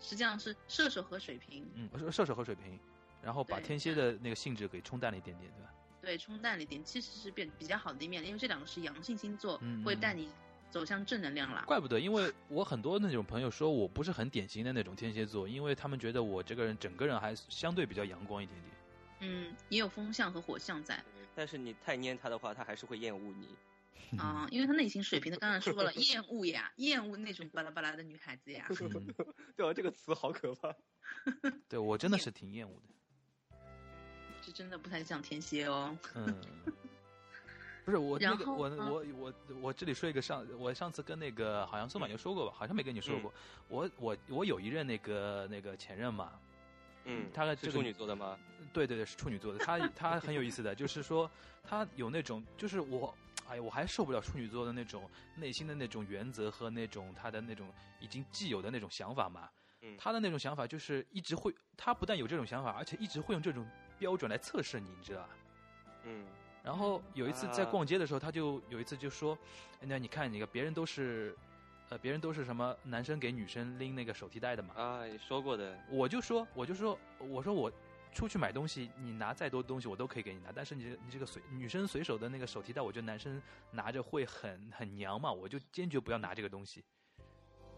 实际上是射手和水瓶，嗯，射射手和水瓶，然后把对天蝎的那个性质给冲淡了一点点，对吧？对，冲淡了一点，其实是变比较好的一面，因为这两个是阳性星座，嗯会嗯带你走向正能量啦。怪不得，因为我很多那种朋友说我不是很典型的那种天蝎座，因为他们觉得我这个人整个人还相对比较阳光一点点。嗯，也有风象和火象在但是你太粘他的话，他还是会厌恶你。嗯啊、因为他内心水平，他刚才说了厌恶呀，厌恶那种巴拉巴拉的女孩子呀。嗯，对啊，这个词好可怕。对我真的是挺厌恶的。这真的不太像天蝎哦。嗯，不是我那然个后我嗯我我我这里说一个上我上次跟那个好像宋满就说过吧，好像没跟你说过。我我我有一任那个那个前任嘛，嗯，大概这是个处女座的吗？对对对，是处女座的。他他很有意思的，就是说他有那种，就是我，哎呀，我还受不了处女座的那种内心的那种原则和那种他的那种已经既有的那种想法嘛。嗯他的那种想法就是一直会，他不但有这种想法，而且一直会用这种标准来测试你，你知道吧？嗯然后有一次在啊逛街的时候，他就有一次就说：“哎那你看那个别人都是，呃，别人都是什么男生给女生拎那个手提袋的嘛，啊，你说过的，我就说，我就说，我说我出去买东西，你拿再多东西我都可以给你拿，但是你这你这个随女生随手的那个手提袋，我觉得男生拿着会很很娘嘛，我就坚决不要拿这个东西，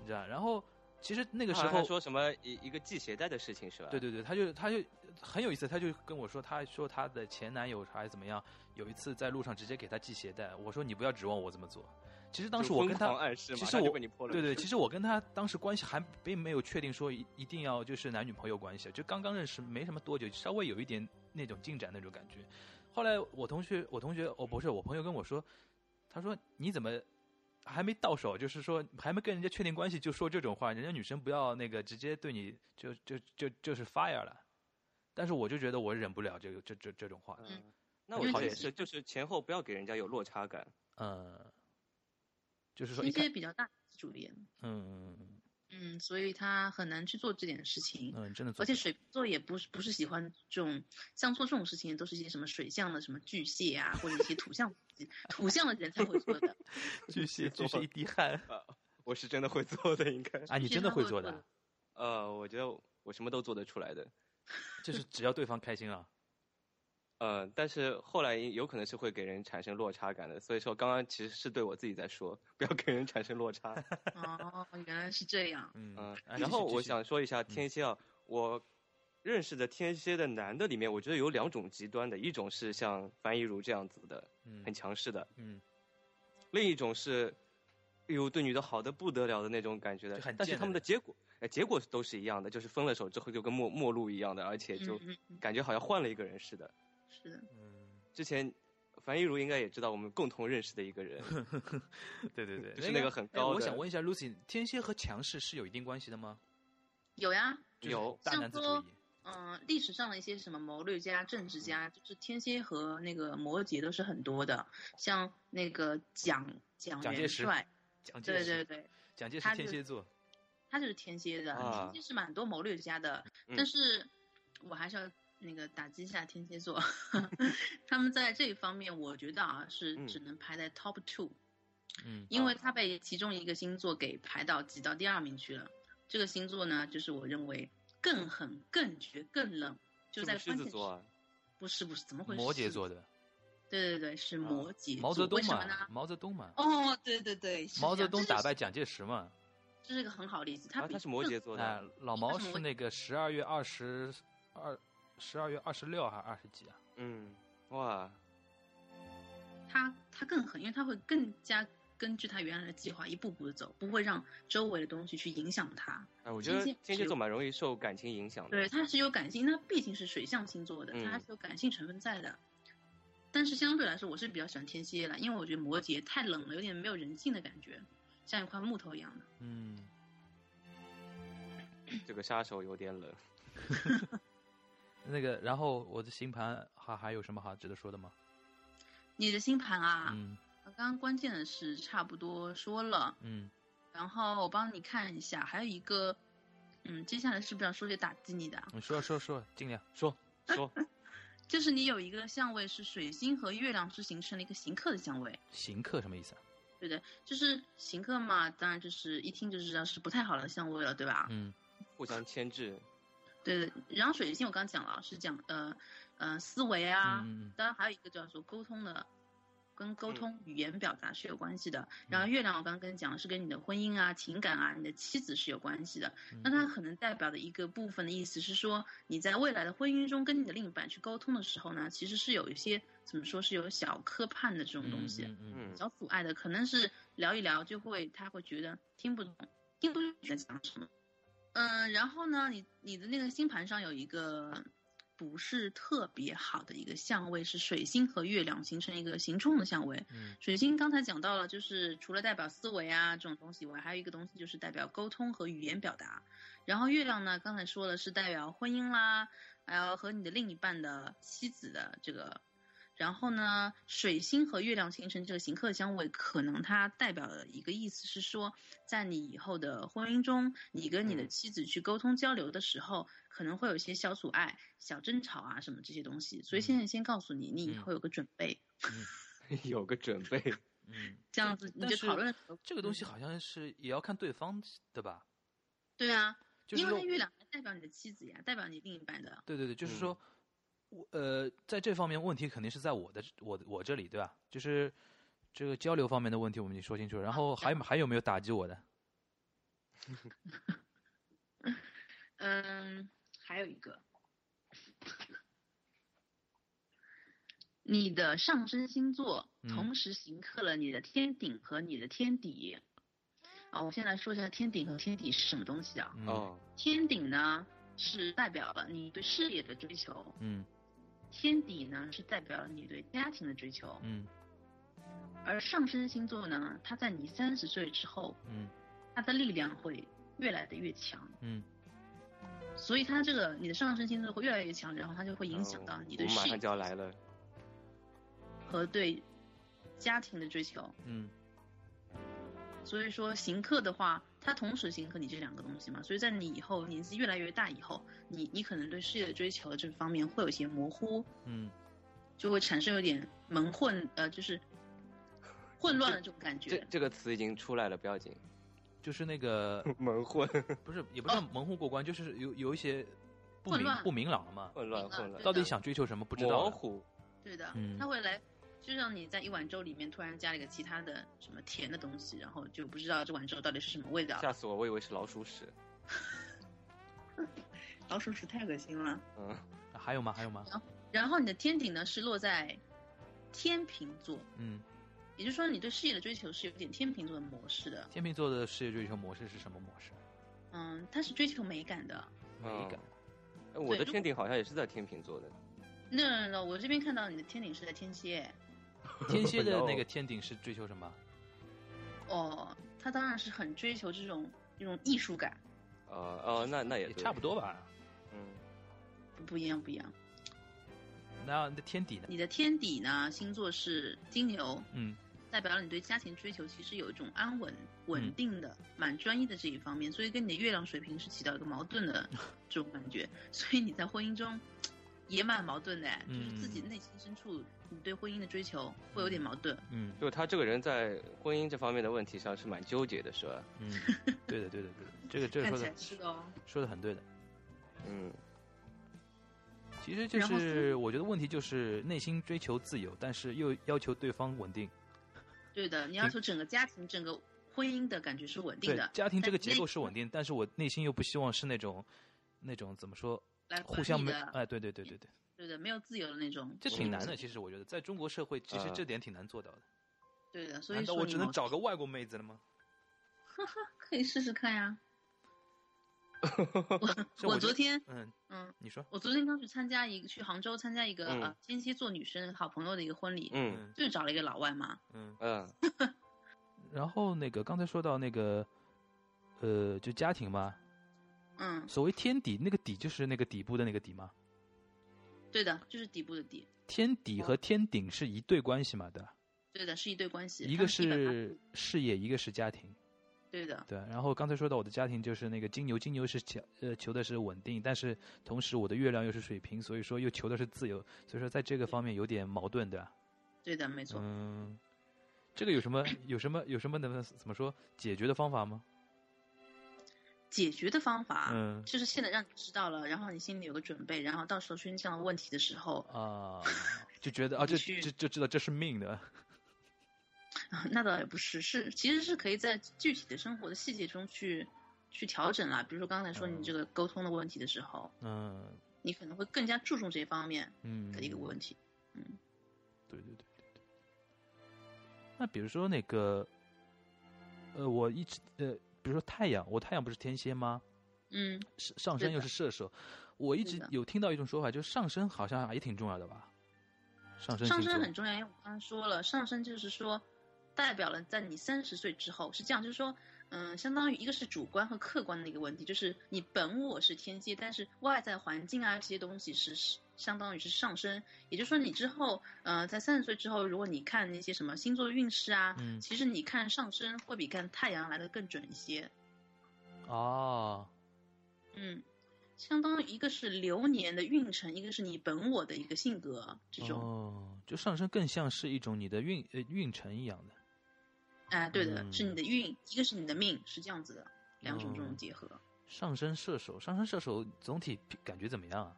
你知道？然后其实那个那时候，啊说什么一一个系鞋带的事情是吧？对对对，他就他就很有意思，他就跟我说，他说他的前男友还是怎么样，有一次在路上直接给他系鞋带，我说你不要指望我这么做。其实当就时我疯跟他狂暗示嘛，其实他就我被你泼了对对，去其实我跟他当时关系还并没有确定说一一定要就是男女朋友关系，啊就刚刚认识没什么多久，稍微有一点那种进展那种感觉。后来我同学，我同学，哦不是，我朋友跟我说，他说你怎么还没到手，就是说还没跟人家确定关系就说这种话，人家女生不要那个直接对你就就就就是 fire 了。但是我就觉得我忍不了这个这这这种话，嗯，那我我觉讨得厌也是，就是前后不要给人家有落差感。嗯，就是说其一实开也比较大男子主义，嗯嗯嗯嗯，所以他很难去做这点事情。嗯，真的做而不且到，水瓶座也不是不是喜欢这种像做这种事情，都是一些什么水象的什么巨蟹啊，或者一些土象土象的人才会做的。巨蟹巨蟹一滴汗。我是真的会做的，应该。 啊，你其真实的他会会做做的的 啊，呃，我觉得我什么都做得出来的。就是只要对方开心啊了。呃，但是后来有可能是会给人产生落差感的，所以说刚刚其实是对我自己在说，不要给人产生落差。哦，原来是 这样。嗯嗯，啊然后继续我继续想说一下天蝎啊，我认识的天蝎的男的里面，我觉得有两种极端的，一种是像樊一茹这样子的，很嗯强势的，嗯，另一种是，哎呦，对女的好的不得了的那种感觉的就很，但是贱的他们的人结果，哎，结果都是一样的，就是分了手之后就跟陌陌路一样的，而且就嗯嗯嗯，感觉好像换了一个人似的。是的，嗯，之前樊一茹应该也知道我们共同认识的一 个人，对对 对，就是那个很哎高我的想问一下，Lucy，天蝎和强势是有一定关系的吗？有呀。就是有大像男子主说义。嗯嗯、历史上的一些什么谋略家、政治家，就是天蝎和那个摩羯都是很多的，像那个蒋蒋蒋介元石帅，蒋介对石，对对，蒋介石他天就蝎座，他就是天蝎的，啊天蝎是蛮多谋略家的，嗯但是我还是要那个打击一下天蝎座， 他们在这一方面，我觉得啊是嗯啊只能排在 top two，、嗯因为他被其中一个星座给排到挤到第二名去了。这个星座呢，就是我认为更狠、更绝、更冷，就是在不是狮关键子座啊？不是不是，怎么回嗯事？摩羯座的，对对对，啊是摩羯、毛泽东为什么嘛，呢？毛泽东嘛，哦，对对对，是毛这泽样东打，败这就是蒋介石嘛，这是个很好的例子。他啊，比他是摩羯座啊的，，老毛他是是摩那个十二月二十二，十二月二十六还是二十几啊？嗯，哇，他他更狠，因为他会更加根据他原来的计划一步步的走，不会让周围的东西去影响他。哎，我觉得天蝎天蝎是座蛮容易受感情影响的。对，他是有感性，他毕竟是水象星座的，嗯他还是有感性成分在的。但是相对来说，我是比较喜欢天蝎了，因为我觉得摩羯太冷了，有点没有人性的感觉，像一块木头一样的。嗯，这个杀手有点 冷。那个，然后我的星盘还还有什么好值得说的吗？你的星盘啊，嗯刚刚关键的是差不多说了，嗯，然后我帮你看一下，还有一个，嗯，接下来是不是要说些打击你的啊？你说说说，尽量说。 说，就是你有一个相位是水星和月亮是形成了一个行克的相位，行客什么意思啊？对不对？就是行克嘛，当然就是一听就知道是不太好的相位了，对吧？嗯互相牵制，对对。然后水星我刚讲了，是讲呃呃思维啊，嗯嗯嗯当然还有一个叫做沟通的，跟沟通、语言表达是有关系的。嗯然后月亮我刚刚讲了，是跟你的婚姻啊、情感啊、你的妻子是有关系的。嗯那它可能代表的一个部分的意思是说，你在未来的婚姻中跟你的另一半去沟通的时候呢，其实是有一些怎么说是有小磕绊的这种东西，嗯嗯嗯嗯，小阻碍的，可能是聊一聊就会他会觉得听不懂，听不懂你在讲什么。嗯，然后呢，你你的那个星盘上有一个不是特别好的一个相位是水星和月亮形成一个行冲的相位，嗯水星刚才讲到了，就是除了代表思维啊这种东西以外，还有一个东西就是代表沟通和语言表达。然后月亮呢，刚才说了是代表婚姻啦，还有和你的另一半的妻子的这个。然后呢，水星和月亮形成这个刑克相位，可能它代表的一个意思是说，在你以后的婚姻中，你跟你的妻子去沟通交流的时候，可能会有一些小阻碍、小争吵啊什么这些东西。所以现在先告诉你，你以后有个准备，有个准备。嗯，这样子你但就是讨论的时候这个东西好像是也要看对方的吧，对啊，就是因为说它月亮还代表你的妻子呀，代表你另一半的。对对对，就是嗯说，我呃，在这方面问题肯定是在我的我的我这里，对吧？就是这个交流方面的问题，我们已经说清楚了。然后还有还有没有打击我的？嗯，还有一个，你的上升星座嗯同时行克了你的天顶和你的天底。啊、我先来说一下天顶和天底是什么东西啊？嗯哦，天顶呢是代表了你对事业的追求，嗯天底呢是代表了你对家庭的追求，嗯而上升星座呢，它在你三十岁之后，嗯它的力量会越来的越强。嗯所以它这个你的上升星座会越来越强，然后它就会影响哦到你我对们马事上就业要来了，和对家庭的追求。嗯所以说行克的话，它同时行克你这两个东西嘛，所以在你以后年纪越来越大以后，你你可能对事业的追求这方面会有一些模糊，嗯，就会产生有点蒙混呃，就是混乱的这种感这觉。这个词已经出来了，不要紧。就是那个 蒙混，不是也不是蒙混过关，就是有有一些不啊混明乱不明朗了嘛，混乱，明白混 乱，对到底的想追求什么不知道模了。糊。对的嗯，它会来。就像你在一碗粥里面突然加了一个其他的什么甜的东西，然后就不知道这碗粥到底是什么味道。吓死我，我以为是老鼠屎。老鼠屎太恶心了。嗯，还有吗？还有吗？然后你的天顶呢是落在天平座，嗯，也就是说你对事业的追求是有点天平座的模式的。天秤座的事业追求模式是什么模式？啊嗯，它是追求美感的。哦美感。哎我的对天顶好像也是在天平座的。那那我这边看到你的天顶是在天蝎，天蝎的那然个后天顶是追求什么？哦，他当然是很追求这种这种艺术感，哦哦，那那也也对差不。多吧。嗯，不不一样不一样。那那天底呢？你的天底呢星座是金牛，嗯代表了你对家庭追求其实有一种安稳、嗯稳定的、蛮专一的这一方面，所以跟你的月亮水平是起到一个矛盾 的这种感觉，所以你在婚姻中也蛮矛盾的，哎就是自己嗯内心深处你对婚姻的追求会有点矛盾。嗯就他这个人在婚姻这方面的问题上是蛮纠结的，是吧？ 嗯，对的对的对的，这个这个说看起的来是的哦。说的很对的。嗯，其实就然后是是我觉得问题就是内心追求自由，但是又要求对方稳定。对的，你要求整个家庭、整个婚姻的感觉是稳定对的，，家庭这个但结内构心是稳定，但是我内心又不希望是那种那种怎么说，来呃管互相理没的，嗯哎，对对对对对，对的，没有自由的那种。这挺嗯难的。其实我觉得在中国社会，其实呃这点挺难做到的。对的，所难以道说我你只能矛找个外国妹子了吗？可以试试 看呀。 是我我我觉昨得天，嗯，嗯，你说，我昨天刚去参加一个去杭州参加一个、嗯呃天蝎座女生好朋友的一个婚礼，嗯嗯就找了一个老外嘛，嗯。嗯，然后那个刚才说到那个，呃，就家庭嘛，嗯，所谓天底，那个底就是那个底部的那个底吗？对的，就是底部的底，天底和天顶是一对关系嘛，对吧？对的，是一对关系，一个他们基本上是事业，一个是家庭，对的，对吧。然后刚才说到我的家庭就是那个金牛，金牛是求呃求的是稳定，但是同时我的月亮又是水瓶，所以说又求的是自由，所以说在这个方面有点矛盾，对吧？对的，没错。嗯，这个有什么有什么有什么能怎么说解决的方法吗？解决的方法，嗯就是现在让你知道了，然后你心里有个准备，然后到时候出现这样的问题的时候， 啊、就觉得啊，这你去这就知道这是命的，那倒也不是，是其实是可以在具体的生活的细节中去去调整啦。比如说刚才说嗯你这个沟通的问题的时候，嗯你可能会更加注重这方面嗯，的一个问题。对对对对对。那比如说那个，呃，我一直呃，比如说太阳，我太阳不是天蝎吗？嗯，上上升是又是的射手，我一是直的有听到一种说法，就是上升好像也挺重要的吧？上升上星升座很重要，因为我刚刚说了，上升就是说代表了在你三十岁之后是这样，就是说，嗯，相当于一个是主观和客观的一个问题，就是你本我是天蝎，但是外在环境啊这些东西是是相当于是上升。也就是说，你之后，呃，在三十岁之后，如果你看那些什么星座运势啊，嗯其实你看上升会比看太阳来的更准一些。哦，嗯，相当于一个是流年的运程，一个是你本我的一个性格这种。哦，就上升更像是一种你的运呃运程一样的。哎，对的，是你嗯的运，一个是你的命，是这样子的，两种这哦种结合。上升射手，上升射手总体感觉怎么样啊？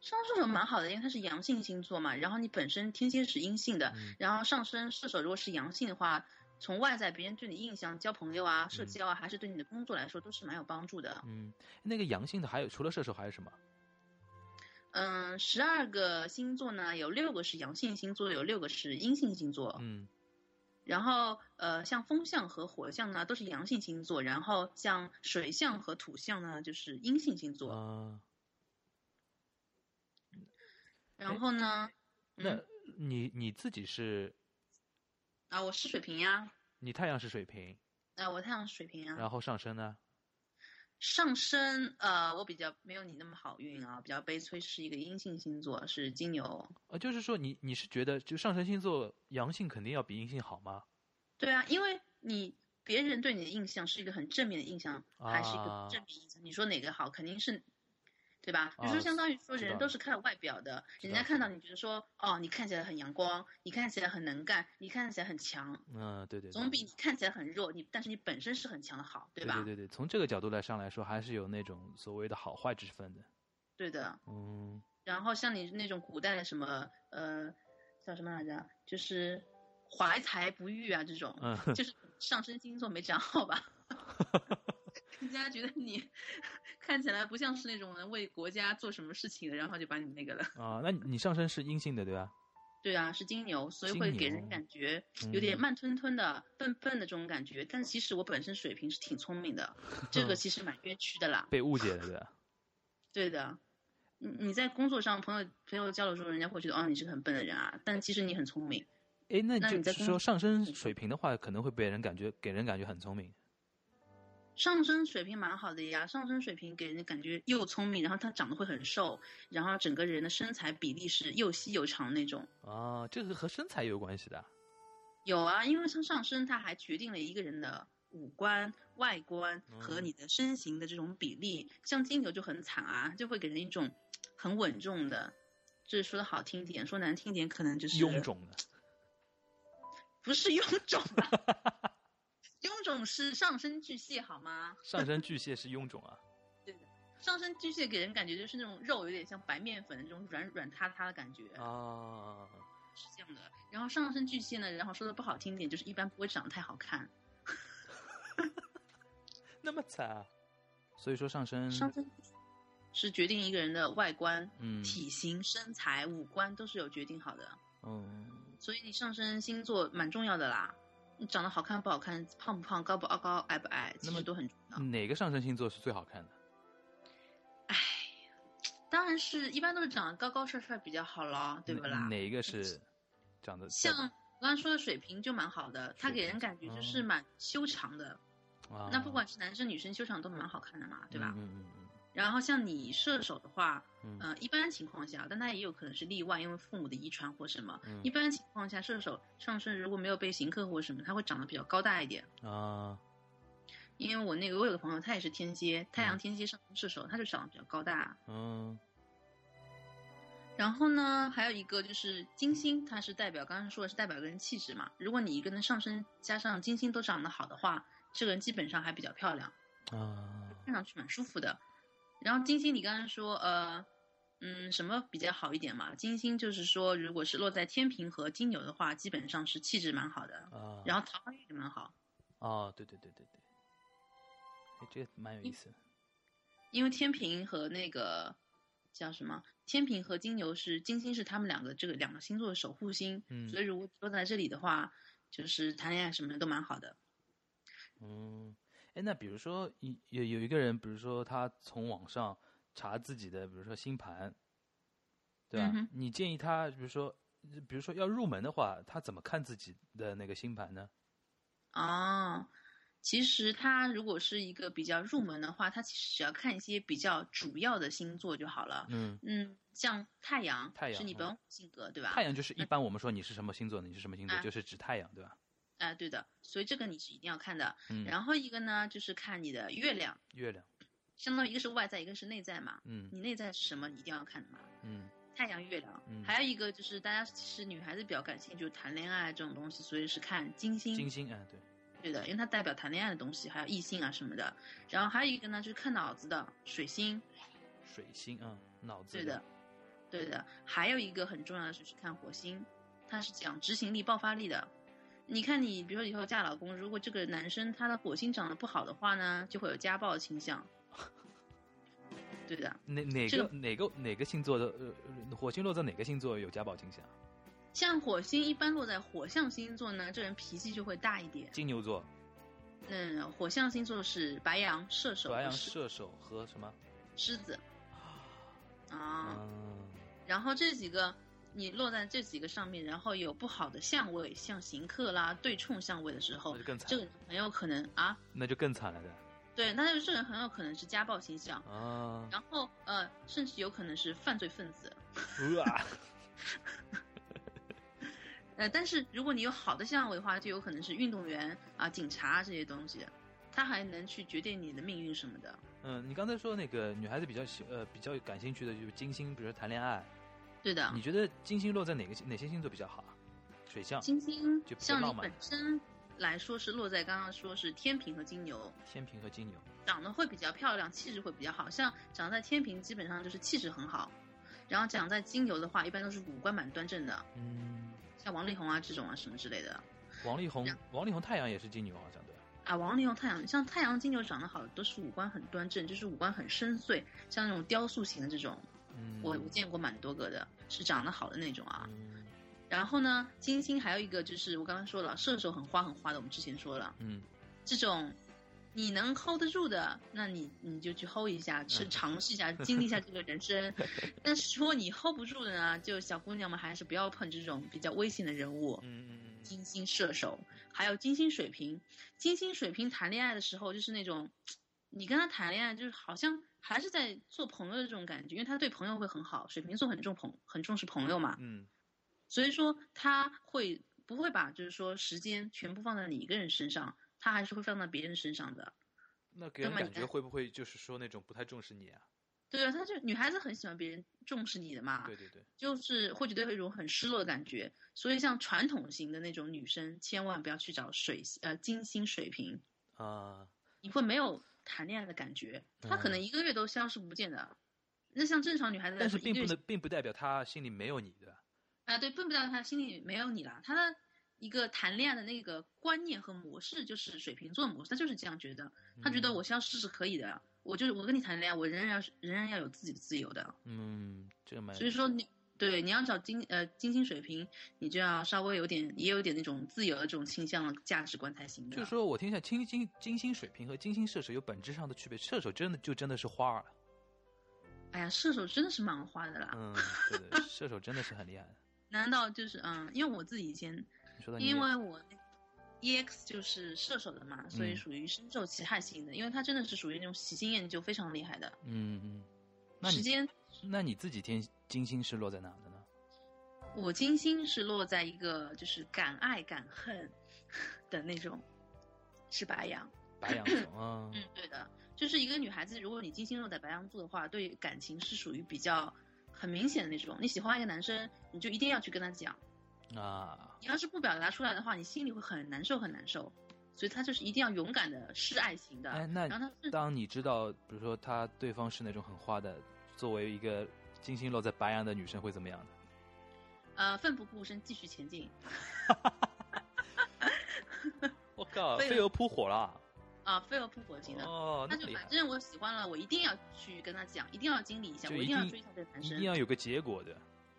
上升射手蛮好的，因为它是阳性星座嘛，然后你本身天蝎是阴性的，嗯然后上升射手如果是阳性的话，从外在别人对你印象、交朋友啊、社嗯交啊，还是对你的工作来说，都是蛮有帮助的。嗯，那个阳性的还有除了射手还有什么？嗯，十二个星座呢，有六个是阳性星座，有六个是阴性星座。嗯然后呃，像风象和火象呢，都是阳性星座，然后像水象和土象呢，就是阴性星啊、座。然后呢，那嗯你你自己是，啊，我是水瓶呀、你太阳是水瓶，啊，我太阳是水瓶啊。然后上升呢？上升，呃，我比较没有你那么好运啊，比较悲催，是一个阴性星座，是金牛。呃，就是说你你是觉得就上升星座阳性肯定要比阴性好吗？对啊，因为你别人对你的印象是一个很正面的印象，还是一个啊不正面印象？你说哪个好，肯定是，对吧？你啊说相当于说知人道都了是看外表的，知人道家看知到道你觉得说，哦，你看起来很阳光，你看起来很能干，你看起来很强，嗯，对对对，总比你看起来很弱，你但是你本身是很强的好，对吧？对对对，从这个角度来上来说，还是有那种所谓的好坏之分的。对的。嗯，然后像你那种古代的什么呃叫什么来着，就是怀才不遇啊这种，嗯就是上升星座没长好 吧？人家觉得你看起来不像是那种能为国家做什么事情的，然后就把你那个了。啊、那你你上升是阴性的对吧？对啊，是金牛，所以金会给牛嗯人感觉有点慢吞吞的、笨笨的这种感觉。但其实我本身水平是挺聪 明的，这个其实蛮冤屈的啦。被误解了对吧？对的，你你在工作上、朋友朋友交流中，人家会觉得哦，你是个很笨的人啊，但其实你很聪明。哎，那那就你在是工说作上升嗯水平的话，可能会被人感觉给人感觉很聪明。上升水平蛮好的呀，上升水平给人的感觉又聪明，然后他长得会很瘦，然后整个人的身材比例是又细又长那种。啊，这个和身材有关系的啊。有啊，因为像上升，它还决定了一个人的五官、外观和嗯你的身形的这种比例。像金牛就很惨啊，就会给人一种很稳重的，就是说的好听点，说难听点，可能就是臃肿的。不是臃肿 啊，臃肿是上升巨蟹好吗？上升巨蟹是臃肿 啊，上升巨蟹给人感觉就是那种肉有点像白面粉的那种软软塌塌的感觉，啊，是这样的。然后上升巨蟹呢，然后说的不好听点，就是一般不会长得太好看。那么惨啊。所以说上升，上升是决定一个人的外观、嗯体型、身材、五官都是有决定好的，嗯，所以你上升星座蛮重要的啦。你长得好看不好看，胖不胖，高不高，矮不矮，其那么实都很重要。哪个上升星座是最好看的？当然是一般都是长得高高帅帅比较好咯，对不哪啦？哪一个是长得像我刚才说的水瓶就蛮好的，他水给瓶人感觉就是哦蛮修长的。啊那不管是男生女生修长都蛮好看的嘛，对吧？嗯嗯嗯然后像你射手的话，嗯嗯呃，一般情况下，但它也有可能是例外，因为父母的遗传或什么。嗯一般情况下，射手上身如果没有被刑克或什么，它会长得比较高大一点。啊，因为我那个我有个朋友，他也是天蝎，太阳嗯天蝎上升射手，他就长得比较高大。嗯然后呢，还有一个就是金星，它是代表刚刚说的是代表个人气质嘛。如果你一个人上身加上金星都长得好的话，这个人基本上还比较漂亮，啊，看上去蛮舒服的。然后金星，你刚刚说呃，嗯，什么比较好一点嘛？金星就是说，如果是落在天平和金牛的话，基本上是气质蛮好的，啊，然后桃花运也蛮好。哦，对对对对对，哎，这个蛮有意思的。因为天平和那个叫什么？天平和金牛是金星是他们两个这个两个星座的守护星，嗯所以如果坐在这里的话，就是谈恋爱什么的都蛮好的。嗯，哎，那比如说一有有一个人，比如说他从网上查自己的，比如说星盘，对吧？嗯哼你建议他，比如说，比如说要入门的话，他怎么看自己的那个星盘呢？哦，其实它如果是一个比较入门的话，它其实只要看一些比较主要的星座就好了。嗯，嗯，像太阳，太阳是你本我性格对吧？嗯太阳就是一般我们说你是什么星座，你是什么星座，啊就是指太阳，对吧？啊、对的，所以这个你是一定要看的。嗯，然后一个呢，就是看你的月亮，月亮，相当于一个是外在，一个是内在嘛。嗯你内在是什么，你一定要看的嘛。嗯太阳、月亮，嗯还有一个就是大家其实女孩子比较感兴趣，就是谈恋爱这种东西，所以是看金星，金星，哎，对，对的，因为它代表谈恋爱的东西，还有异性啊什么的。然后还有一个呢，就是看脑子的水星，水星，嗯，脑子，对的，，对的。还有一个很重要的就是看火星，它是讲执行力、爆发力的。你看你，比如说以后嫁老公，如果这个男生他的火星长得不好的话呢，就会有家暴倾向。对的，哪哪这个个哪个哪个星座的呃呃火星落在哪个星座有家暴倾向？像火星一般落在火象星座呢，这人脾气就会大一点。金牛座、嗯，火象星座是白羊、射手、白羊、狮射手和什么？狮子。啊，嗯，然后这几个你落在这几个上面，然后有不好的相位，像刑克啦、对冲相位的时候那就，更惨这个人很有可能啊，那就更惨了的对，那就这个人很有可能是家暴倾向，啊！然后呃，甚至有可能是犯罪分子。哇，呃，但是如果你有好的相位的话，就有可能是运动员啊、警察这些东西，他还能去决定你的命运什么的。嗯，你刚才说那个女孩子比较喜呃比较感兴趣的就是金星，比如说谈恋爱，对的，你觉得金星落在哪个哪些星座比较好啊？水象、金星就比较像你浪漫本身来说是落在刚刚说是天平和金牛，天平和金牛。长得会比较漂亮，气质会比较好。像长在天平，基本上就是气质很好。然后长在金牛的话，一般都是五官蛮端正的，嗯，像王力宏啊这种啊什么之类的王力宏然，王力宏太阳也是金牛，好像对吧。啊。王力宏、太阳，像太阳、金牛长得好的都是五官很端正，就是五官很深邃，像那种雕塑型的这种，嗯，我我见过蛮多个的，是长得好的那种啊。嗯然后呢，金星还有一个就是我刚刚说了，射手很花很花的，我们之前说了，嗯，这种你能 hold 得住的，那你你就去 hold 一下，去尝试一下，经历一下这个人生。但是如果你 hold 不住的呢，就小姑娘们还是不要碰这种比较危险的人物。嗯嗯嗯金星射手，还有金星水瓶，金星水瓶谈恋爱的时候就是那种，你跟他谈恋爱就是好像还是在做朋友的这种感觉，因为他对朋友会很好，水瓶座很重朋很重视朋友嘛，嗯所以说他会不会把就是说时间全部放在你一个人身上，他还是会放到别人身上的。那给那人么感你觉看会不会就是说那种不太重视你啊？对啊，他就女孩子很喜欢别人重视你的嘛，对对对，就是会觉得有一种很失落的感觉。所以像传统型的那种女生，千万不要去找水呃金星水瓶，啊，你会没有谈恋爱的感觉，她可能一个月都消失不见的。那像正常女孩子来嗯但是说，并一不个月能，并不代表他心里没有你，对吧？啊，对，并不代表她心里没有你啦。她的一个谈恋爱的那个观念和模式，就是水瓶座模式，她就是这样觉得，嗯她觉得我消失是可以的，我就是我跟你谈恋爱，我仍然要仍然要有自己的自由的。嗯，这个蛮所以说你对你要找金呃金星水平，你就要稍微有点也有点那种自由的这种倾向的价值观才行的。就是说我听一下金星金星水平和金星射手有本质上的区别，射手真的就真的是花啊儿了，哎呀，射手真的是蛮花的啦。嗯，对的，射手真的是很厉害的。难道就是嗯？因为我自己以前，你嗯说的，因为我 E X 就是射手的嘛，所以嗯属于深受其害型的，因为他真的是属于那种喜新厌旧非常厉害的。嗯嗯，那时你间，那你自己天金星是落在哪的呢？我金星是落在一个就是敢爱敢恨 的那种，是白羊。白羊座啊，嗯，对的，就是一个女孩子，如果你金星落在白羊座的话，对感情是属于比较很明显的那种。你喜欢一个男生，你就一定要去跟他讲，嗯啊，你要是不表达出来的话，你心里会很难受，很难受。所以他就是一定要勇敢的示爱型的。哎，那然后他是当你知道，比如说他对方是那种很花的，作为一个金星落在白羊的女生会怎么样呢？呃奋不顾身继续前进我靠，飞飞蛾扑火了！啊、飞蛾扑火型的。哦，他那就么厉害反，正我喜欢了，我一定要去跟他讲，一定要经历一下，就我一一定要定追一下这个男一生。定要有个结果的。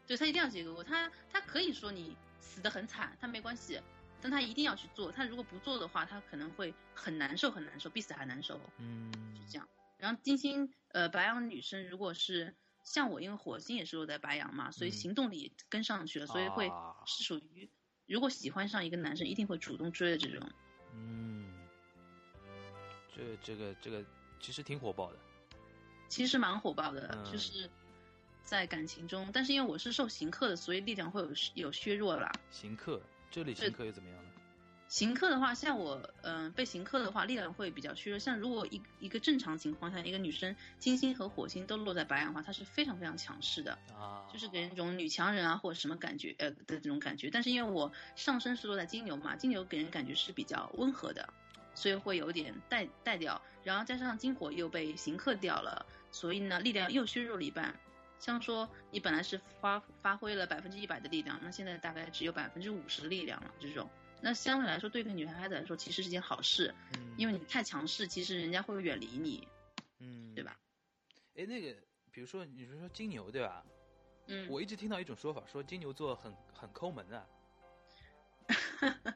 对他一定要结果，他他可以说你死得很惨，他没关系，但他一定要去做。他如果不做的话，他可能会很难受，很难受，比死还难受，嗯，是这样。然后金星呃白羊女生如果是像我，因为火星也是落在白羊嘛，所以嗯行动力也跟上去了，所以会啊是属于如果喜欢上一个男生，一定会主动追的这种。嗯，这个这个这个其实挺火爆的。其实蛮火爆的，嗯就是在感情中，但是因为我是受刑克的，所以力量会有有削弱啦。行客这里对行客又怎么样呢？刑克的话，像我，嗯、被刑克的话，力量会比较削弱。像如果一一个正常情况下，一个女生金星和火星都落在白羊的话，她是非常非常强势的，啊，就是给人一种女强人啊或者什么感觉，呃的这种感觉。但是因为我上升是落在金牛嘛，金牛给人感觉是比较温和的，所以会有点带带掉。然后加上金火又被刑克掉了，所以呢，力量又削弱了一半。像说你本来是发发挥了百分之一百的力量，那现在大概只有百分之五十的力量了，这种。那相对来说，对一个女孩子来说，其实是件好事，因为你太强势，其实人家会远离你，嗯，对吧？哎，那个，比如说你是说金牛对吧？嗯，我一直听到一种说法，说金牛座很很抠门 啊，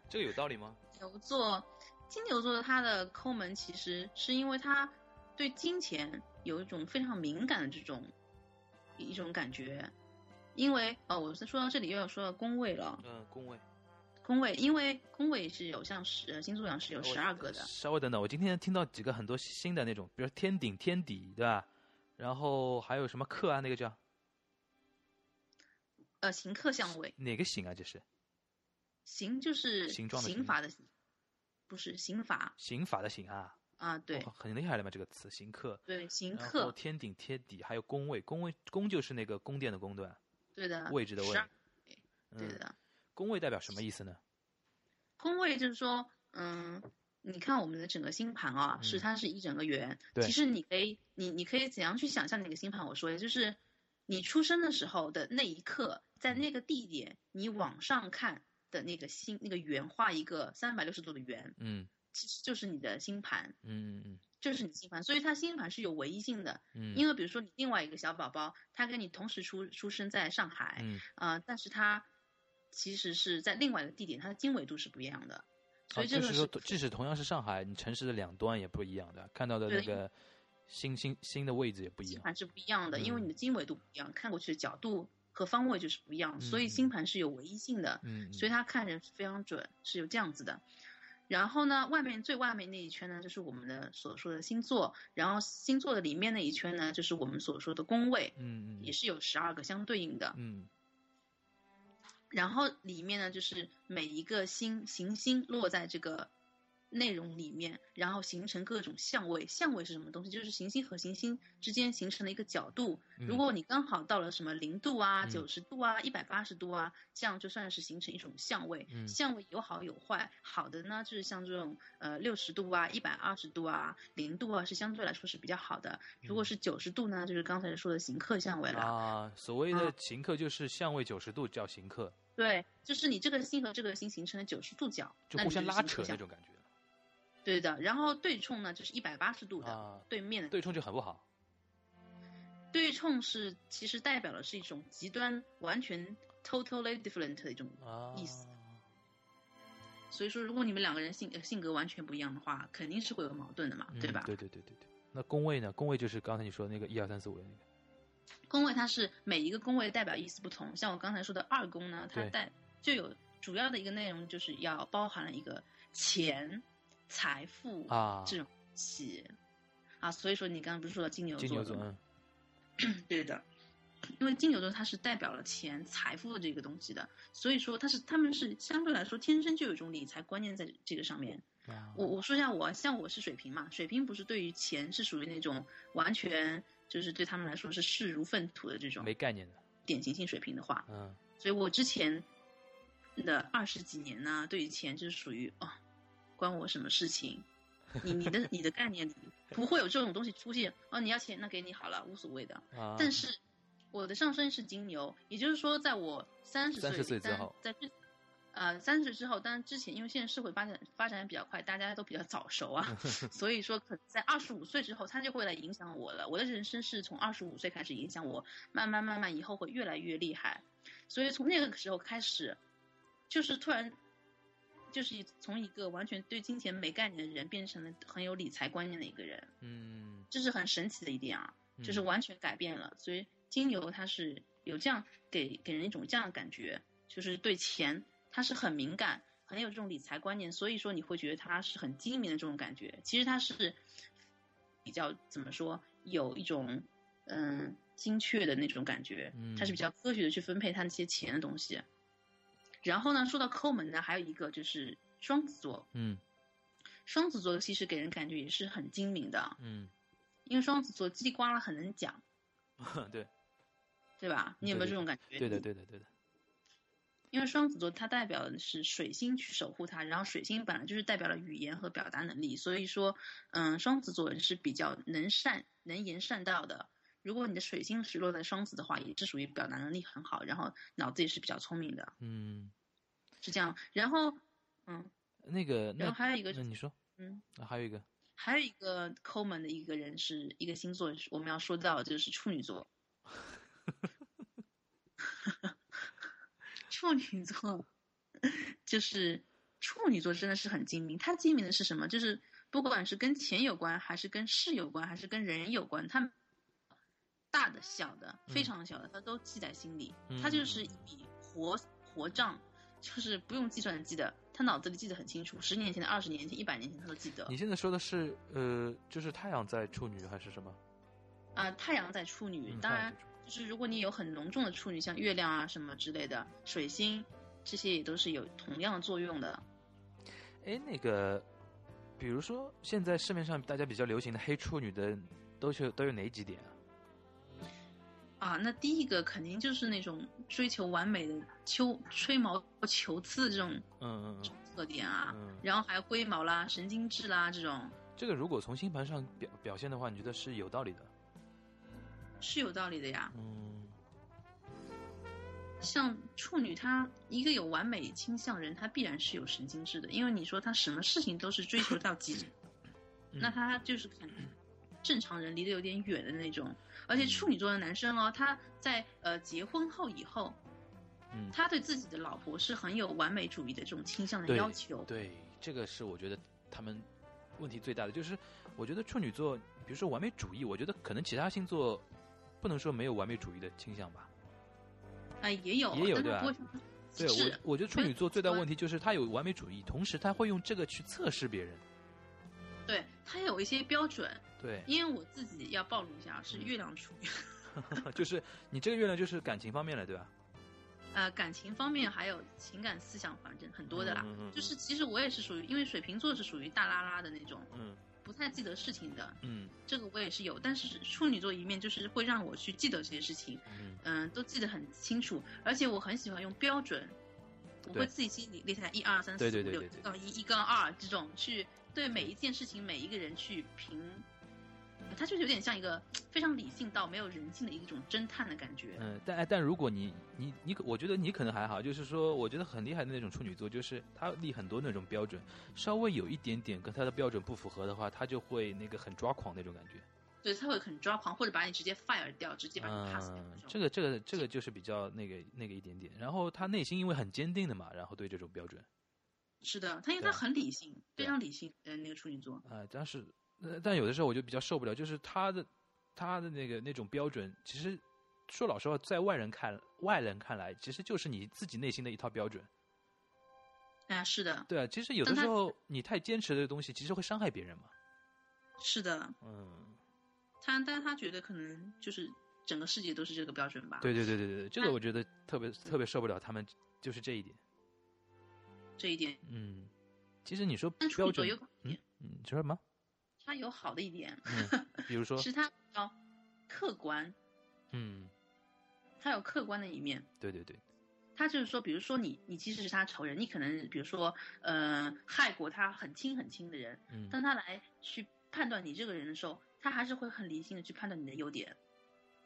这个有道理吗？牛座，金牛座他的抠门其实是因为他对金钱有一种非常敏感的这种一种感觉，因为哦，我是说到这里又要说到宫位了，嗯、宫位宫位，因为宫位是有像十呃星座上是有我十二个的，稍微等等，我今天听到几个很多新的那种，比如说天顶、天底，对吧？然后还有什么克啊，那个叫呃，刑克相位，哪个刑啊？这是刑就是形状的刑刑罚的刑，不是刑罚刑法的刑啊，啊，对哇很厉害了嘛，这个词刑克。对，刑然后克，天顶、天底，还有宫位，宫位宫就是那个宫殿的宫，对吧？对的，位置的位12，嗯啊对的。宫位代表什么意思呢？宫位就是说，嗯，你看我们的整个星盘啊，嗯是它是一整个圆。对其实你可以，你你可以怎样去想象那个星盘？我说的就是，你出生的时候的那一刻，在那个地点，你往上看的那个星，那个圆画一个三百六十度的圆，嗯其实就是你的星盘，嗯嗯就是你星盘。所以它星盘是有唯一性的，嗯，因为为比如说你另外一个小宝宝，他跟你同时出出生在上海，嗯啊，但是它其实是在另外一个地点，它的经纬度是不一样的，所以这哦就是个是、说，即使同样是上海，你城市的两端也不一样的，看到的对那个新新新的位置也不一星样。盘是不一样的，因为嗯你的经纬度不一样，看过去的角度和方位就是不一样，所嗯以嗯星盘是有唯一性的，嗯，所以以它看人是非常准，是有这样子的。然后呢，外面最外面那一圈呢，就是我们的所说的星座，然后星座的里面那一圈呢，就是我们所说的宫位，嗯嗯也是有十二个相对应的。嗯然后里面呢，就是每一个星行星落在这个内容里面，然后形成各种相位。相位是什么东西？就是行星和行星之间形成的一个角度。如嗯果你刚好到了什么零度啊、嗯九十度啊、一百八十度啊，这样就算是形成一种相位。嗯相位有好有坏，好的呢就是像这种呃六十度啊、一百二十度啊、零度啊是相对来说是比较好的。如果嗯是九十度呢，就是刚才说的行克相位了。啊，所谓的啊行客就是相位九十度叫行客，对，就是你这个星和这个星形成了九十度角，就那互你相是拉形扯成那像种感觉对的，然后对冲呢就是一百八十度的、啊，对面的对冲就很不好。对冲是其实代表的是一种极端，完全 totally different 的一种。啊，意思所以说，如果你们两个人性呃性格完全不一样的话，肯定是会有矛盾的嘛，对嗯吧？对对对对对。那宫位呢？宫位就是刚才你说的那个一二三四五的那个。宫位它是每一个宫位代表意思不同，像我刚才说的二宫呢，它对代就有主要的一个内容就是要包含了一个钱、财富啊嗯这种喜啊，所以说你刚刚不是说到金牛金座牛的座，吗？嗯对的，因为金牛座它是代表了钱、财富的这个东西的，所以说它是他们是相对来说天生就有一种理财观念在这个上面。啊我我说一下我，像我是水瓶嘛，水瓶不是对于钱是属于那种完全就是对他们来说是视如粪土的这种没概念的，典型性水平的话，嗯所以我之前的二十几年呢，对于钱就是属于哦，关我什么事情？你你的你的概念里不会有这种东西出现哦，你要钱那给你好了，无所谓的。啊。但是我的上升是金牛，也就是说，在我三十30岁之但后在之呃三十之后，但是之前因为现在社会发展发展得比较快，大家都比较早熟 啊，所以说可能在二十五岁之后，它就会来影响我了。我的人生是从二十五岁开始影响我，慢慢慢慢以后会越来越厉害，所以从那个时候开始，就是突然。就是从一个完全对金钱没概念的人，变成了很有理财观念的一个人，嗯，这是很神奇的一点啊。就是嗯完全改变了。所以金牛它是有这样给给人一种这样的感觉，就是对钱它是很敏感，很有这种理财观念，所以说你会觉得他是很精明的这种感觉。其实他是比较怎么说，有一种嗯精确的那种感觉嗯，他是比较科学的去分配他那些钱的东西。然后呢，说到抠门呢，还有一个就是双子座，嗯双子座其实给人感觉也是很精明的，嗯，因为双子座叽里呱啦很能讲，对对吧？你有没有对这种感觉？对的对的对的，因为双子座它代表的是水星去守护它，然后水星本来就是代表了语言和表达能力，所以说，嗯，双子座人是比较能善能言善道的。如果你的水星是落在双子的话，也是属于表达能力很好，然后脑子也是比较聪明的，嗯，是这样。然后，嗯，那个然那后还有一个那，你说，嗯，啊还有一个，还有一个抠门的一个人是一个星座，我们要说到的就是处女座。 处女座就是处女座真的是很精明，他精明的是什么？就是不管是跟钱有关，还是跟事有关，还是跟人有关，他大的、小的、非嗯常小的，他都记在心里。嗯他嗯就嗯是一笔活活账，就是不用计算机的，他脑子里记得很清楚，十年前的、二十年前、一百年前他都记得。你现在说的是呃，就是太阳在处女还是什么？啊，太阳在处女，嗯当太阳然在处就是如果你有很浓重的处女，像月亮啊什么之类的，水星这些也都是有同样的作用的。哎，那个，比如说现在市面上大家比较流行的黑处女的，都是都有哪几点啊？啊，那第一个肯定就是那种追求完美的秋吹毛求疵这种嗯嗯嗯这种特点啊，嗯然后还龟毛啦、神经质啦这种这个如果从星盘上表表现的话，你觉得是有道理的？是有道理的呀。嗯像处女，她一个有完美倾向人，她必然是有神经质的，因为你说她什么事情都是追求到极致，嗯那他就是可能正常人离得有点远的那种。而且嗯处女座的男生哦，他在呃结婚后以后，嗯，他对自己的老婆是很有完美主义的这种倾向的对要求。对，这个是我觉得他们问题最大的，就是我觉得处女座，比如说完美主义，我觉得可能其他星座不能说没有完美主义的倾向吧。哎，也有，也有但对他不会吧对像是，我，我觉得处女座最大对问题就是他有完美主义，同时他会用这个去测试别人。对他有一些标准。对，因为我自己要暴露一下，是嗯月亮处女， 就是你这个月亮就是感情方面了，对吧？呃，感情方面还有情感思想，反正很多的啦。嗯嗯嗯嗯就是其实我也是属于，因为水瓶座是属于大拉拉的那种，嗯不太记得事情的。嗯这个我也是有，但是处女座一面就是会让我去记得这些事情，嗯嗯，都记得很清楚，而且我很喜欢用标准，我对会自己心里列下一二三四对五对六对一对对杠一一杠二这种去对每一件事情每一个人去评，他就是有点像一个非常理性到没有人性的一种侦探的感觉。嗯，但哎但如果你你你可，我觉得你可能还好，就是说，我觉得很厉害的那种处女座，就是他立很多那种标准，稍微有一点点跟他的标准不符合的话，他就会那个很抓狂那种感觉。对，他会很抓狂，或者把你直接 fire 掉，直接把你 pass 掉嗯那，种。这个这个这个就是比较那个那个一点点。然后他内心因为很坚定的嘛，然后对这种标准是的，他因为对他啊很理性，对非啊常理性。嗯，那个处女座，啊、但是呃但有的时候我就比较受不了，就是他的他的那个那种标准，其实说老实话，在外人看外人看来，其实就是你自己内心的一套标准。哎、是的，对啊，其实有的但他时候你太坚持的东西，其实会伤害别人嘛。是的，嗯，他，但他觉得可能就是整个世界都是这个标准吧。，对对对对对，这个哎我觉得特别特别受不了，他们就是这一点。这一点，嗯，其实你说但处标女座准有，好嗯一点，嗯，你说什么？他有好的一点，嗯，比如说， 是他比较客观，嗯，他有客观的一面。对对对，他就是说，比如说你，你即使是他仇人，你可能比如说，呃，害过他很亲很亲的人，嗯，当他来去判断你这个人的时候，他还是会很理性的去判断你的优点、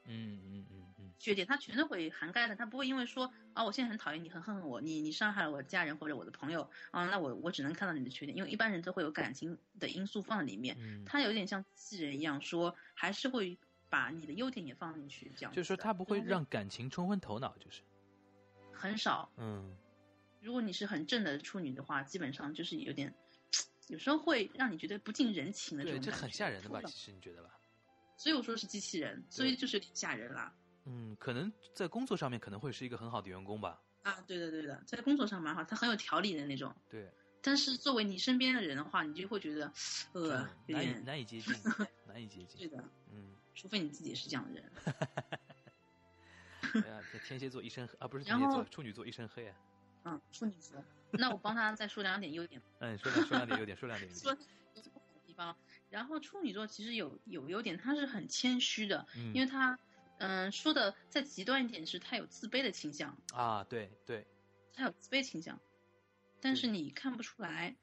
嗯嗯嗯嗯，缺点，他全都会涵盖的。他不会因为说啊，我现在很讨厌你，很恨我，你你伤害了我的家人或者我的朋友啊，那我我只能看到你的缺点，因为一般人都会有感情的因素放在里面。嗯，他有点像机器人一样说，还是会把你的优点也放进去，这样就是说子他不会因为让感情冲昏头脑，就是，很少。嗯如果你是很正的处女的话，基本上就是有点，有时候会让你觉得不近人情的这对，种这感觉，很吓人的吧？突其然实你觉得吧？所以我说是机器人，所以就是有点吓人啦。嗯，可能在工作上面可能会是一个很好的员工吧。啊，对的对的，在工作上蛮好，他很有条理的那种。对，但是作为你身边的人的话，你就会觉得，呃，有嗯难以难以点 接近，难以接对近。的，嗯，除非你自己也是这样的人。对啊，这哎天蝎座一身黑啊，不是天然蝎座，后处女座一身黑啊。嗯，处女座。那我帮他再说两点优点，嗯，说两说两点优点，说两点优说点。有什么好的地方。然后处女座其实有有优点，他是很谦虚的，嗯，因为他，嗯、说的再极端一点是，他有自卑的倾向，啊，对对，他有自卑倾向，但是你看不出来。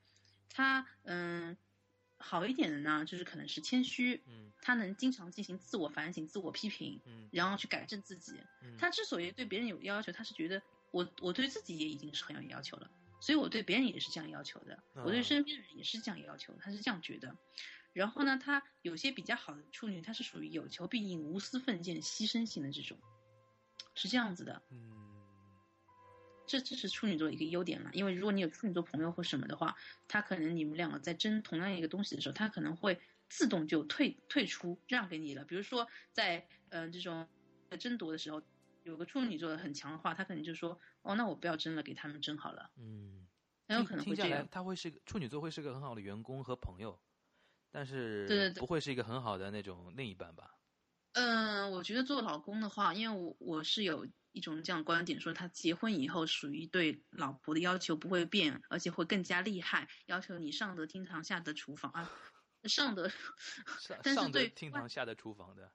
他嗯、好一点的呢，就是可能是谦虚，嗯他能经常进行自我反省、自我批评，嗯然后去改正自己。嗯，他之所以对别人有要求，他是觉得我我对自己也已经是很有要求了，所以我对别人也是这样要求的，我对嗯身边的人也是这样要求，他是这样觉得。然后呢，他有些比较好的处女，她是属于有求必应、无私奉献、牺牲型的这种，是这样子的。嗯这这是处女座一个优点嘛？因为如果你有处女座朋友或什么的话，他可能你们两个在争同样一个东西的时候，他可能会自动就退退出，让给你了。比如说在呃这种争夺的时候，有个处女座的很强的话，他可能就说哦，那我不要争了，给他们争好了，嗯，很有听可能听会下这来样。他会是个处女座，会是个很好的员工和朋友，但是对对对不会是一个很好的那种另一半吧？嗯、我觉得做老公的话，因为我我是有一种这样观点，说他结婚以后属于对老婆的要求不会变，而且会更加厉害，要求你上得厅堂，下得厨房啊，上得。上但是上的对厅外堂，下的厨房的，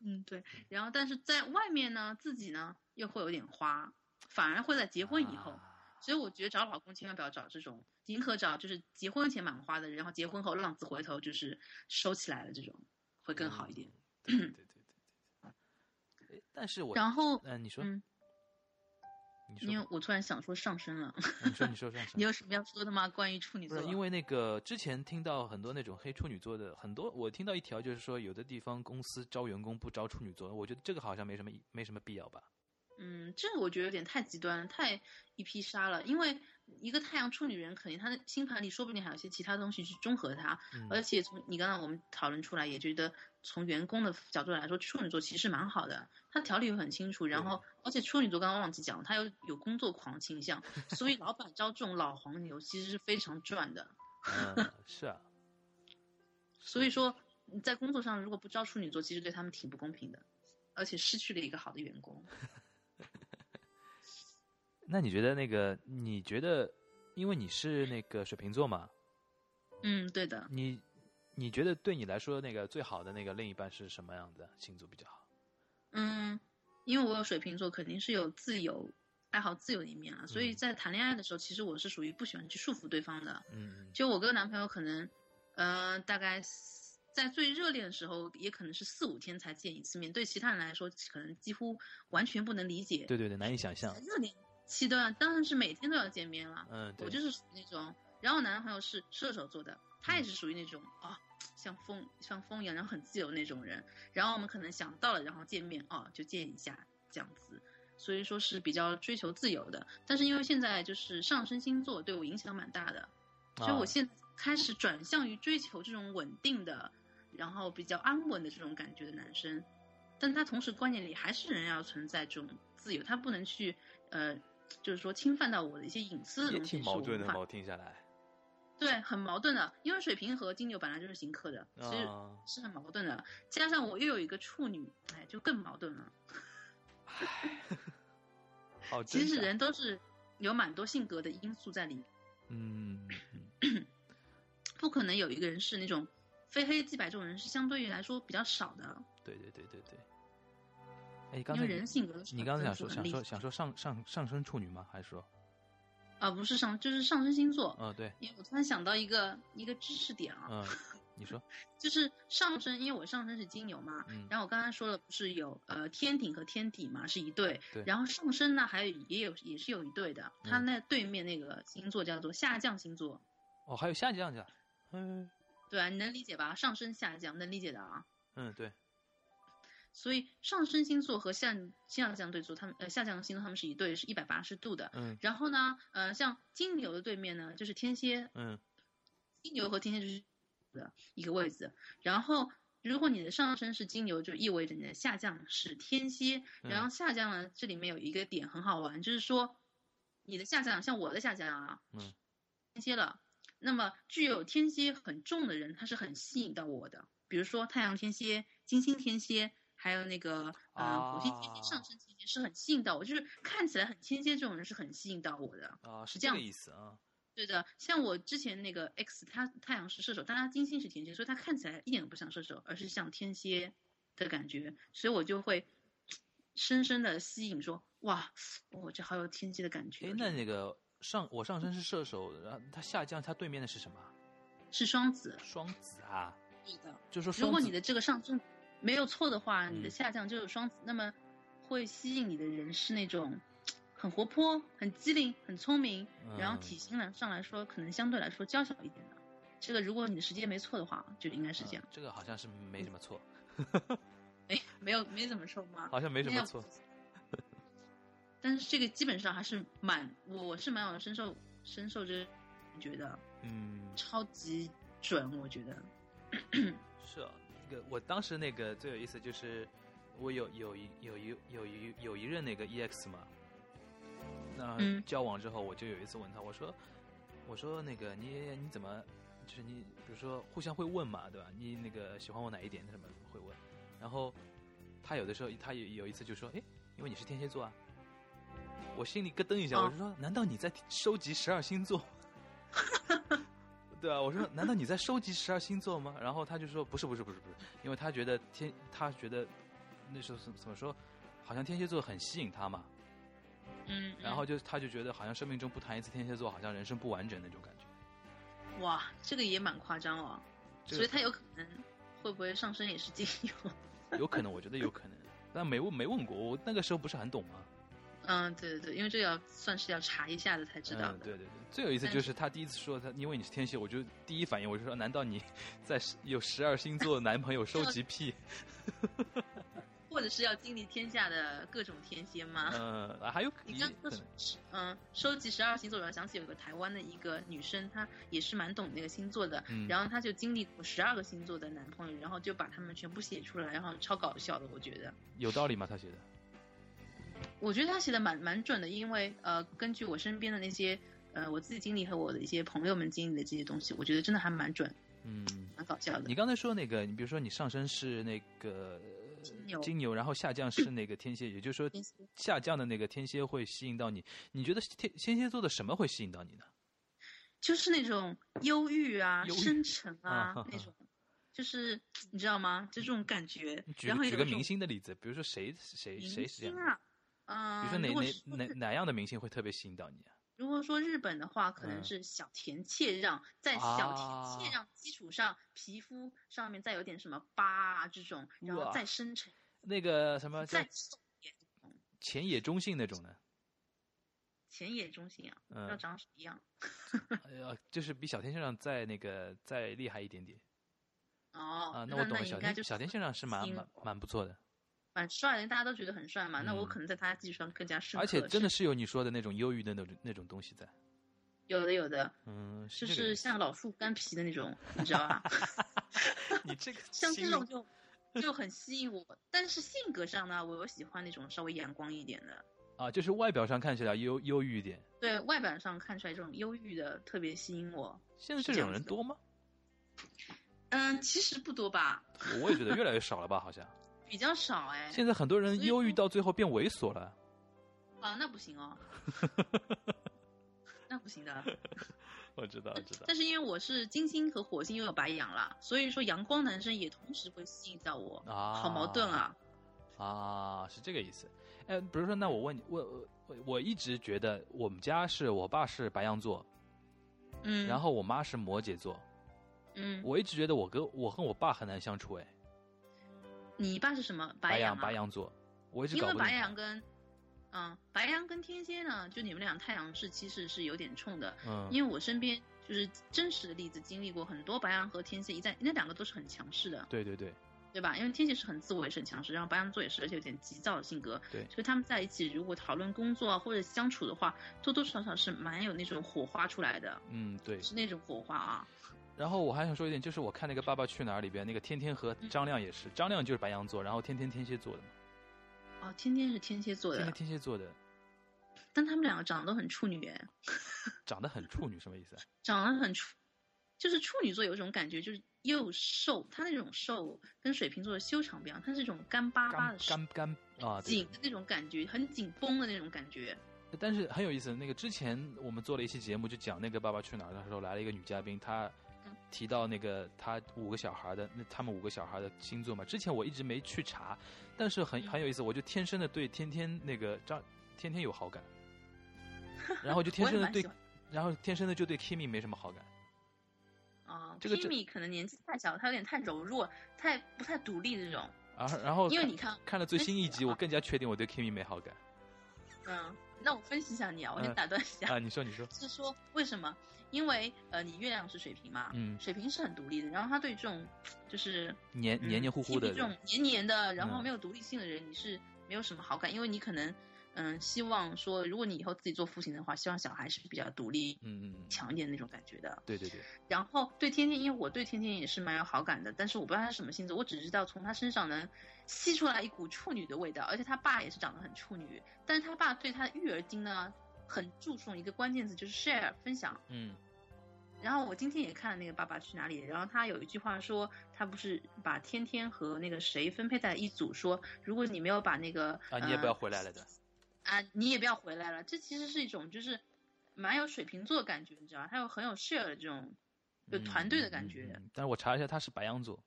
嗯，对。然后，但是在外面呢，自己呢又会有点花，反而会在结婚以后。啊所以我觉得找老公千万不要找这种，宁可找就是结婚前蛮花的人，然后结婚后浪子回头就是收起来了这种，会更好一点。。嗯对对对对对对。诶但是我，然后，嗯，你说，嗯，你说因为我突然想说上升了，你说，你 说，这样说你有什么要说的吗？关于处女不座？是因为那个之前听到很多那种黑处女座的很多，我听到一条就是说有的地方公司招员工不招处女座，我觉得这个好像没什么意没什么必要吧。嗯，这个我觉得有点太极端了，太一劈杀了。因为一个太阳处女人，肯定她的星盘里说不定还有些其他东西去中和她，嗯而且从你刚刚我们讨论出来，也觉得从员工的角度来说，处女座其实蛮好的，他条理又很清楚，然后而且处女座刚刚忘记讲，他有有工作狂倾向，所以老板招这种老黄牛其实是非常赚的。嗯，是啊，所以说你在工作上如果不招处女座，其实对他们挺不公平的，而且失去了一个好的员工。那你觉得那个？你觉得，因为你是那个水瓶座嘛，嗯，对的，你你觉得对你来说那个最好的那个另一半是什么样的星座比较好？嗯，因为我有水瓶座，肯定是有自由。爱好自由的一面啊，所以嗯在谈恋爱的时候，其实我是属于不喜欢去束缚对方的。嗯，就我跟男朋友可能，嗯、大概四在最热恋的时候，也可能是四五天才见一次面，对其他人来说，可能几乎完全不能理解。对，对对，难以想象。热恋期段当然是每天都要见面了。嗯，对我，就是属于那种，然后我男朋友是射手座的，他也嗯是属于那种啊、像风像风一样，然后很自由那种人。然后我们可能想到了，然后见面啊、就见一下这样子。所以说是比较追求自由的，但是因为现在就是上升星座对我影响蛮大的，所以啊我现在开始转向于追求这种稳定的，然后比较安稳的这种感觉的男生，但他同时观念里还是仍然要存在这种自由，他不能去呃，就是说侵犯到我的一些隐私的也东西，挺嗯是我矛无盾的法嘛，我听下来。对，很矛盾的，因为水瓶和金牛本来就是刑克的，其实啊，是很矛盾的，加上我又有一个处女，哎，就更矛盾了。哦，其真实假，人都是有蛮多性格的因素在里面。嗯，嗯不可能有一个人是那种非黑即白这种人是相对于来说比较少的，对对对对对。哎，刚才因为你人性格都哦是你很刚才想丰说富想很说立体想说上上上升处女吗？还是说？啊、不是上就是上升星座。嗯， 对，因为我突然想到一个一个知识点啊，嗯，你 说，就是上升，因为我上升是金牛嘛，嗯然后我刚才说了不是有呃天顶和天底嘛是一对，对然后上升呢还有也有也是有一对的，它嗯那对面那个星座叫做下降星座，哦，还有下降的，嗯对啊，你能理解吧？上升下降能理解的啊，嗯，对，所以上升星座和下下降对座，他们呃下降星座他们是一对，是一百八十度的。嗯然后呢，呃，像金牛的对面呢就是天蝎，嗯金牛和天蝎就是的一个位置。然后如果你的上升是金牛，就意味着你的下降是天蝎。然后下降呢，这里面有一个点很好玩，就是说你的下降，像我的下降啊，嗯，天蝎了。那么具有天蝎很重的人，他是很吸引到我的，比如说太阳天蝎、金星天蝎，还有那个呃火星天蝎、上升天蝎是很吸引到我，就是看起来很天蝎这种人是很吸引到我的。啊，是这这个样意思啊。对的，像我之前那个 X，他太阳是射手，但他金星是天蝎，所以他看起来一点都不像射手，而是像天蝎的感觉，所以我就会深深的吸引说，哇，我、这好有天蝎的感觉哎，。那那个上我上身是射手，然后他下降，他对面的是什么啊？是双子，双子啊，对的。就是说如双果子你的这个上升没有错的话，你的嗯下降就是双子，那么会吸引你的人是那种很活泼、很机灵、很聪明，然后嗯体型呢上来说可能相对来说娇小一点的。这个如果你的时间没错的话，就应该是这样嗯。这个好像是没什么错，哎，没有没怎么说吗？好像没什那么样错。但是这个基本上还是蛮，我是蛮有深受深受这个感觉的，嗯，超级准，我觉得。是啊，那个我当时那个最有意思就是，我有有一有一有一有一任那个 EX 嘛，那嗯交往之后，我就有一次问他，我说我说那个你你怎么就是你比如说互相会问嘛，对吧？你那个喜欢我哪一点什么会问，然后他有的时候他有有一次就说，哎，因为你是天蝎座啊。我心里咯噔一下，哦我就说：难道你在收集十二星座？对啊，我说难道你在收集十二星座吗？然后他就说不是不是不是不是，因为他觉得天，他觉得那时候怎怎么说，好像天蝎座很吸引他嘛，嗯，然后就他就觉得好像生命中不谈一次天蝎座，好像人生不完整那种感觉。嗯哇，这个也蛮夸张哦，这所以个他有可能会不会上升也是金牛？有可能，我觉得有可能，但没问没问过，我那个时候不是很懂嘛。嗯，对对对，因为这个要算是要查一下的才知道嗯，的。对对对，最有意思但就是是他第一次说他因为你是天蝎，我就第一反应我就说难道你 在十有十二星座男朋友收 集癖？或者是要经历天下的各种天蝎 吗？嗯，还有啊你刚可刚能说是嗯，收集十二星座，然后想起有个台湾的一个女生，她也是蛮懂那个星座的，嗯然后她就经历过十二个星座的男朋友，然后就把他们全部写出来，然后超搞笑的，我觉得，有道理吗？他写的，我觉得她写的蛮蛮准的，因为呃，根据我身边的那些呃我自己经历和我的一些朋友们经历的这些东西，我觉得真的还蛮准，嗯。蛮搞笑的你。刚才说那个，你比如说你上升是那个呃金牛金牛，然后下降是那个天蝎，也就是说天蝎下降的那个天蝎会吸引到你。你觉得天天蝎座的什么会吸引到你呢？就是那种忧郁啊、忧郁深沉啊啊那种，就是你知道吗？就这种感觉你。举然后个有举个一种明星的例子，比如说谁谁谁明是这星样的？啊，嗯、比如说哪如果哪是 哪哪样的明星会特别吸引到你啊？如果说日本的话，可能嗯是小田切让，在小田啊切让基础上，皮肤上面再有点什么疤啊这种，然后哇再深沉，那个什么叫再瘦一点。浅野忠信那种呢？浅野忠信啊，不知道嗯，长什么样。呃，就是比小天先生再那个再厉害一点点哦，啊。那我懂了，应小该天就是小天先生是蛮金蛮蛮不错的，蛮帅的，大家都觉得很帅嘛。那我嗯可能在他基础上更加深刻。而且真的是是有你说的那种忧郁的那种那种东西在。有的有的，嗯，就这个意思是像老树干皮的那种，你知道吧？ 你这个像形这容种就就很吸引我，但是性格上呢，我又喜欢那种稍微阳光一点的。啊，就是外表上看起来忧忧郁一点。对外表上看出来这种忧郁的特别吸引我。现在这是这种样人子的多吗？嗯，其实不多吧，我也觉得越来越少了吧，好 像。比较少哎。现在很多人所以忧郁说到最后变猥琐了。啊，那不行哦，那不行的。 我知道，我知道。但是因为我是金星和火星又有白羊啦，所以说阳光男生也同时会吸引到我，啊，好矛盾！啊。啊，是这个意思。哎，比如说，那我问你，我我我一直觉得我们家是我爸是白羊座，嗯，然后我妈是摩羯座，嗯，我一直觉得我跟我和我爸很难相处。哎，你爸是什么？白羊、啊、白羊座，我一直因搞为不懂白他羊跟嗯白羊跟天蝎呢，就你们俩太阳是其实是有点冲的，嗯，因为我身边就是真实的例子，经历过很多白羊和天蝎一在，那两个都是很强势的，对对对，对吧？因为天蝎是很自我也是很强势，然后白羊座也是，而且有点急躁的性格，对所以他们在一起如果讨论工作啊或者相处的话，多多少少是蛮有那种火花出来的，嗯对。是那种火花啊。然后我还想说一点，就是我看那个《爸爸去哪儿》里边那个天天和张亮也是，张亮就是白羊座，然后天天天蝎座的嘛，哦，天天是天蝎座天天的，天蝎座的，但他们两个长得都很处女，哎，长得很处女，什么意思啊？ 长得很处，就是处女座有一种感觉，就是又瘦，他那种瘦跟水瓶座的修长不一样，他是一种干巴巴干的瘦干干啊，对紧的那种感觉，很紧绷的那种感觉。但是很有意思，那个之前我们做了一期节目，就讲那个《爸爸去哪儿》的时候，来了一个女嘉宾，她嗯提到那个她五个小孩的，那他们五个小孩的星座嘛。之前我一直没去查，但是很 嗯很有意思，我就天生的对天天那个张 天天有好感，然后就天我也生的蛮对喜欢，然后天生的就对 Kimi 没什么好感。啊这个这 Kimi 可能年纪太小，他有点太柔弱，太不太独立这种。啊，然后因为看你看，看了最新一集，啊我更加确定我对 Kimi 没 好感嗯，那我分析一下你啊，我嗯先打断一下，啊。你说，你说， 是说为什么？因为呃，你月亮是水瓶嘛，嗯，水瓶是很独立的，然后他对这种就是黏黏黏糊糊的嗯这种人，黏黏的，然后嗯没有独立性的人，你是没有什么好感，因为你可能嗯，希望说，如果你以后自己做父亲的话，希望小孩是比较独立、嗯嗯嗯，强一点的那种感觉的。对对对，然后对天天，因为我对天天也是蛮有好感的，但是我不知道他是什么星座，我只知道从他身上能吸出来一股处女的味道，而且他爸也是长得很处女，但是他爸对他的育儿经呢很注重一个关键词，就是 share 分享。嗯然后我今天也看了那个《爸爸去哪里》，然后他有一句话说，他不是把天天和那个谁分配在一组，说如果你没有把那个啊，你也呃不要回来了的。啊，你也不要回来了。这其实是一种就是蛮有水瓶座的感觉，你知道吧？他有很有 share 的这种有团队的感觉。嗯嗯嗯嗯但是我查了一下，他是白羊座，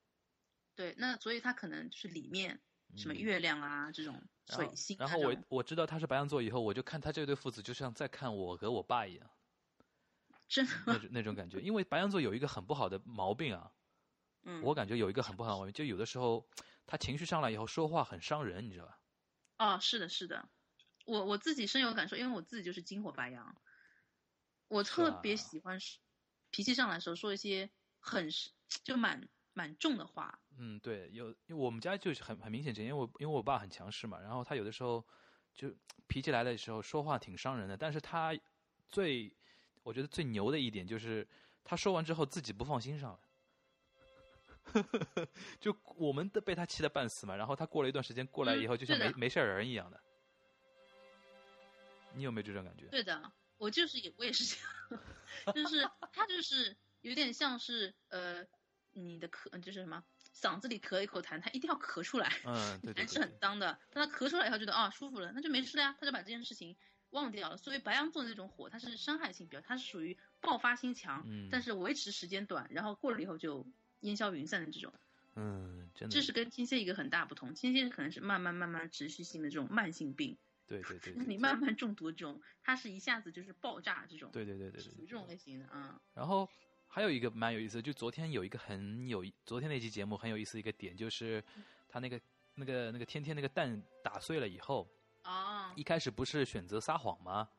对，那所以他可能就是里面什么嗯月亮啊这种然后水星啊然后我这种我知道他是白羊座以后，我就看他这对父子，就像在看我和我爸一样，真的那 种那种感觉。因为白羊座有一个很不好的毛病啊，嗯我感觉有一个很不好的毛病，就有的时候他情绪上来以后说话很伤人，你知道吧？哦是的是的，我我自己深有感受，因为我自己就是金火白羊，我特别吧喜欢说脾气上来的时候说一些很是就蛮蛮重的话，嗯，对，有，因为我们家就是很很明显这样，因为我因为我爸很强势嘛，然后他有的时候就脾气来的时候说话挺伤人的，但是他最我觉得最牛的一点就是他说完之后自己不放心上了。 就我们都被他气得半死嘛，然后他过了一段时间过来以后，嗯就像是的没、没事儿人一样的。你有没有这种感觉？对的，我就是也我也是这样，就是他就是有点像是呃你的咳就是什么嗓子里咳一口痰，他一定要咳出来。嗯，对对痰是对很脏的，但他咳出来以后觉得啊舒服了，那就没事了呀，他就把这件事情忘掉了。所以白羊座的那种火，它是伤害性比较，它是属于爆发性强，嗯但是维持时间短，然后过了以后就烟消云散的这种，嗯，真的，这是跟天蝎一个很大不同。天蝎可能是慢慢慢慢持续性的这种慢性病，对对对， 那你慢慢中毒的这种，它是一下子就是爆炸这种，对对对对是对属于这种类型的啊。然后还有一个蛮有意思的，就昨天有一个很有意，昨天那期节目很有意思的一个点，就是他那个那个那个天天那个蛋打碎了以后，哦，一开始不是选择撒谎吗？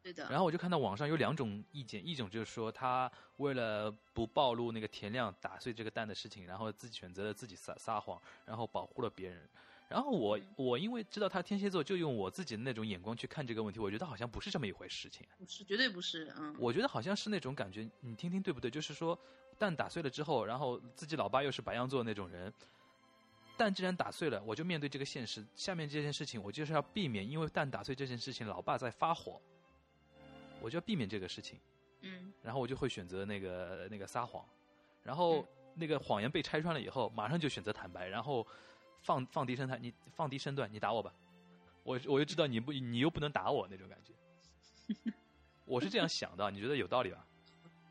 对的。然后我就看到网上有两种意见，一种就是说他为了不暴露那个田亮打碎这个蛋的事情，然后自己选择了自己撒撒谎，然后保护了别人。然后我嗯后我因为知道他天蝎座，就用我自己的那种眼光去看这个问题，我觉得好像不是这么一回事情。不是，绝对不是，嗯，我觉得好像是那种感觉，你听听对不对？就是说，蛋打碎了之后，然后自己老爸又是白羊座那种人，蛋既然打碎了，我就面对这个现实。下面这件事情，我就是要避免，因为蛋打碎这件事情，老爸在发火，我就要避免这个事情。嗯，然后我就会选择那个呃那个撒谎，然后嗯那个谎言被拆穿了以后，马上就选择坦白，然后放放低身段，你放低身段，你打我吧，我我就知道你不你又不能打我那种感觉，我是这样想的，你觉得有道理吧？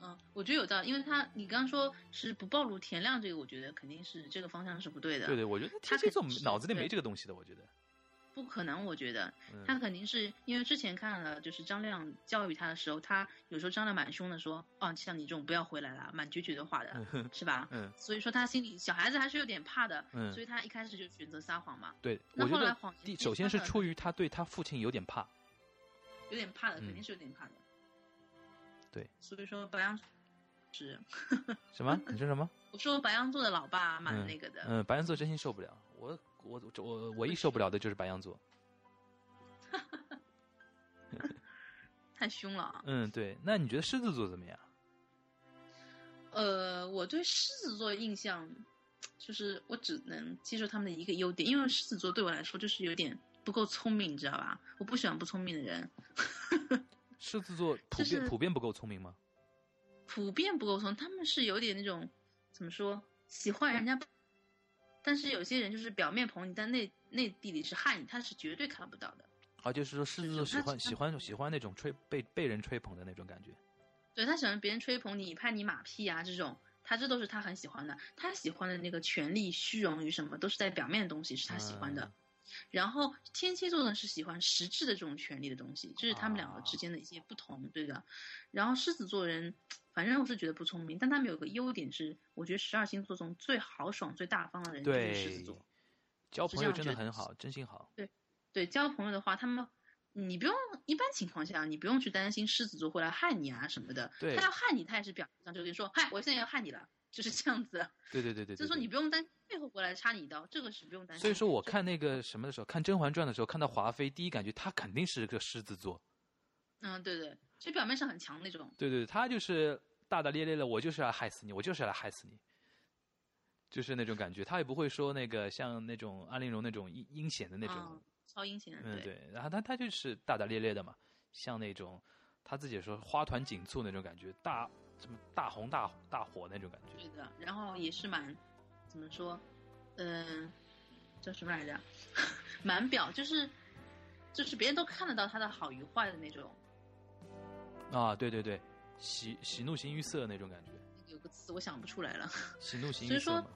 嗯，我觉得有道理，因为他你刚刚说是不暴露田亮这个，我觉得肯定是这个方向是不对的，对对，我觉得天他蝎肯座定是脑子里没对这个东西的，我觉得，不可能，我觉得他嗯，肯定是因为之前看了，就是张亮教育他的时候，他有时候张亮蛮凶的说，哦，像你这种不要回来了，蛮决绝的话的，是吧？嗯，所以说他心里小孩子还是有点怕的，嗯所以他一开始就选择撒谎嘛，对，那我觉后来得谎言第被首先拆是穿了出于他对他父亲有点怕，有点怕的，肯定嗯是有点怕的。对，所以说白羊是，什么？嗯你说什么？我说白羊座的老爸蛮嗯那个的，嗯，白羊座真心受不了，我我我唯一受不了的就是白羊座。太凶了啊。啊嗯，对，那你觉得狮子座怎么样？呃，我对狮子座的印象就是我只能接受他们的一个优点，因为狮子座对我来说就是有点不够聪明，你知道吧？我不喜欢不聪明的人。狮子座普就遍是普遍不够聪明吗？普遍不够聪明，他们是有点那种怎么说，喜欢人家，但是有些人就是表面捧你，但内内地里是害你，他是绝对看不到的。啊，就是说狮子座是喜他欢他喜欢喜欢那种吹被被人吹捧的那种感觉。对他喜欢别人吹捧你、拍你马屁啊这种，他这都是他很喜欢的。他喜欢的那个权力、虚荣与什么，都是在表面的东西，是他喜欢的。嗯然后天蝎座呢是喜欢实质的这种权力的东西，这是他们两个之间的一些不同，对的。然后狮子座人，反正我是觉得不聪明，但他们有个优点是，我觉得十二星座中最豪爽、最大方的人嗯就是狮子对座。，交是朋这友样真觉的得很是好，真心好。对，交朋友的话，他们你不用一般情况下，你不用去担心狮子座会来害你啊什么的。对他要害你，他也是表面上就跟你说，嗨，我现在要害你了，就是这样子。对对对对对。就是说对你不用担心背后过来插你一刀，这个是不用担心。所以说，我看那个什么的时候，看《甄嬛传》的时候，看到华妃，第一感觉她肯定是个狮子座。嗯，对对，就表面上很强那种。对对，她就是大大咧咧的，我就是要害死你，我就是要来害死你，就是那种感觉。她也不会说那个像那种安陵容那种阴阴险的那种，嗯超阴险的，嗯对。然后她她就是大大咧咧的嘛，像那种她自己也说花团锦簇那种感觉，大什么大红大大火那种感觉。对的，然后也是蛮怎么说，嗯、叫什么来着？ 蛮表就是就是别人都看得到他的好与坏的那种，啊，对对对，喜喜怒形于色那种感觉，有个词我想不出来了。喜怒形所于色以说嘛。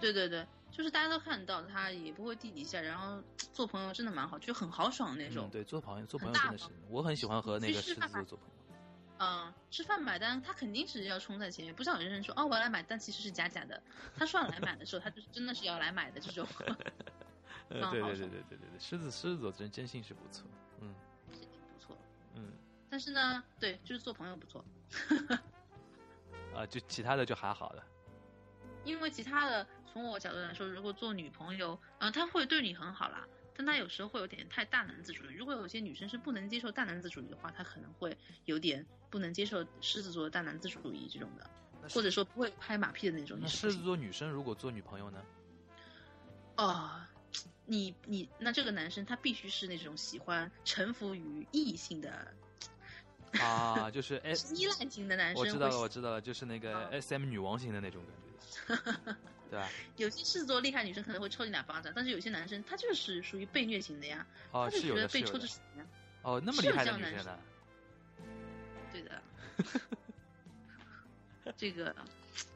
对对对，就是大家都看得到他，也不会地底下，然后做朋友真的蛮好，就很豪爽那种。嗯，对，做朋友做朋很友大真的是方，我很喜欢和那其个实狮爸子爸座做朋友。嗯，吃饭买单，他肯定是要冲在前面，不像有些人说哦我要来买单，其实是假假的。他说要来买的时候，他就是真的是要来买的这种。 呃蛮对嗯好对对的对对对对，狮子狮子座真真心是不错，嗯不错。嗯但是呢，对，就是做朋友不错，啊，就其他的就还好了。因为其他的，从我角度来说，如果做女朋友，呃，他会对你很好啦，但他有时候会有点太大男子主义。如果有些女生是不能接受大男子主义的话，她可能会有点不能接受狮子座的大男子主义这种的，或者说不会拍马屁的那种那也是狮不子行。座女生如果做女朋友呢？哦，你你那这个男生他必须是那种喜欢臣服于异性的啊，就是哎，依赖型的男生，我知道了，会我知道了，就是那个啊 S M 女王型的那种感觉 的，对吧？有些狮子座厉害女生可能会抽你两巴掌，但是有些男生他就是属于被虐型的呀，哦，他就是有觉的，得是被有抽的着。死呀。哦，那么是厉有害这的样女男生生呢？对的，这个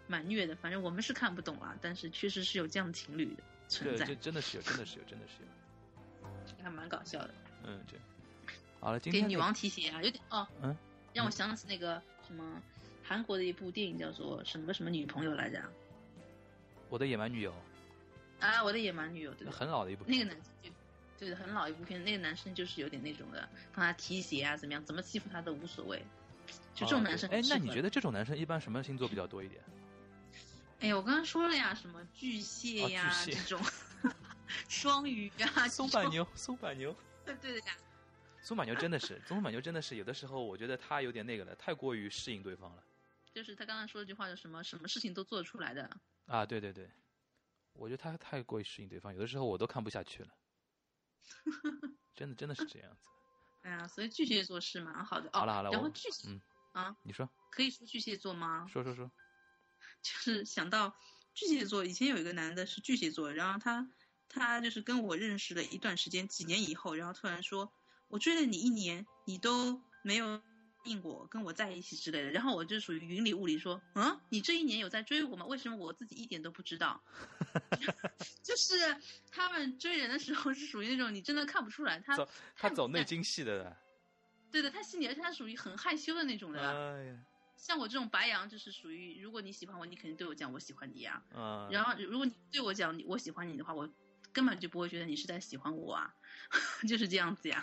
蛮虐的，反正我们是看不懂啊，但是确实是有这样的情侣的存对，在这，真的是有，真的是有，真的是有。还蛮搞笑的。嗯，这好了，今给天女那王提鞋啊，有点哦，嗯，让我想起那个什么韩国的一部电影叫做什么什么女朋友来着啊我的野蛮女友，啊，我的野蛮女友对那的，很老的一部那片个子，男生就对的很老一部片，那个男生就是有点那种的，帮他提鞋啊，怎么样，怎么欺负他都无所谓，就这种哦男对生很哎，那适你合觉得这种男生一般什么星座比较多一点？哎呀，我刚刚说了呀，什么巨蟹哦呀、巨蟹这种， 双鱼啊，松这板种，牛，松板牛。 对对的呀。松板牛真的是，松板牛真的是，有的时候我觉得他有点那个了，太过于适应对方了就是他刚刚说了一句话，就什么什么事情都做得出来的。啊！对对对，我觉得他太过于适应对方，有的时候我都看不下去了，真的真的是这样子。哎呀，所以巨蟹座是蛮好的哦。好了好了然后我巨蟹、嗯啊，你说可以说巨蟹座吗？说说说，就是想到巨蟹座，以前有一个男的是巨蟹座，然后他他就是跟我认识了一段时间，几年以后，然后突然说，我追了你一年，你都没有应我跟我在一起之类的，然后我就属于云里雾里说，嗯，你这一年有在追我吗？为什么我自己一点都不知道？ 就是他们追人的时候是属于那种你真的看不出来他走他你走内在经系的了，对的，他心里而且他属于很害羞的那种的吧。哎呀，像我这种白羊，就是属于如果你喜欢我，你肯定对我讲我喜欢你啊呀、嗯，然后如果你对我讲你我喜欢你的话，我根本就不会觉得你是在喜欢我啊， 就是这样子呀。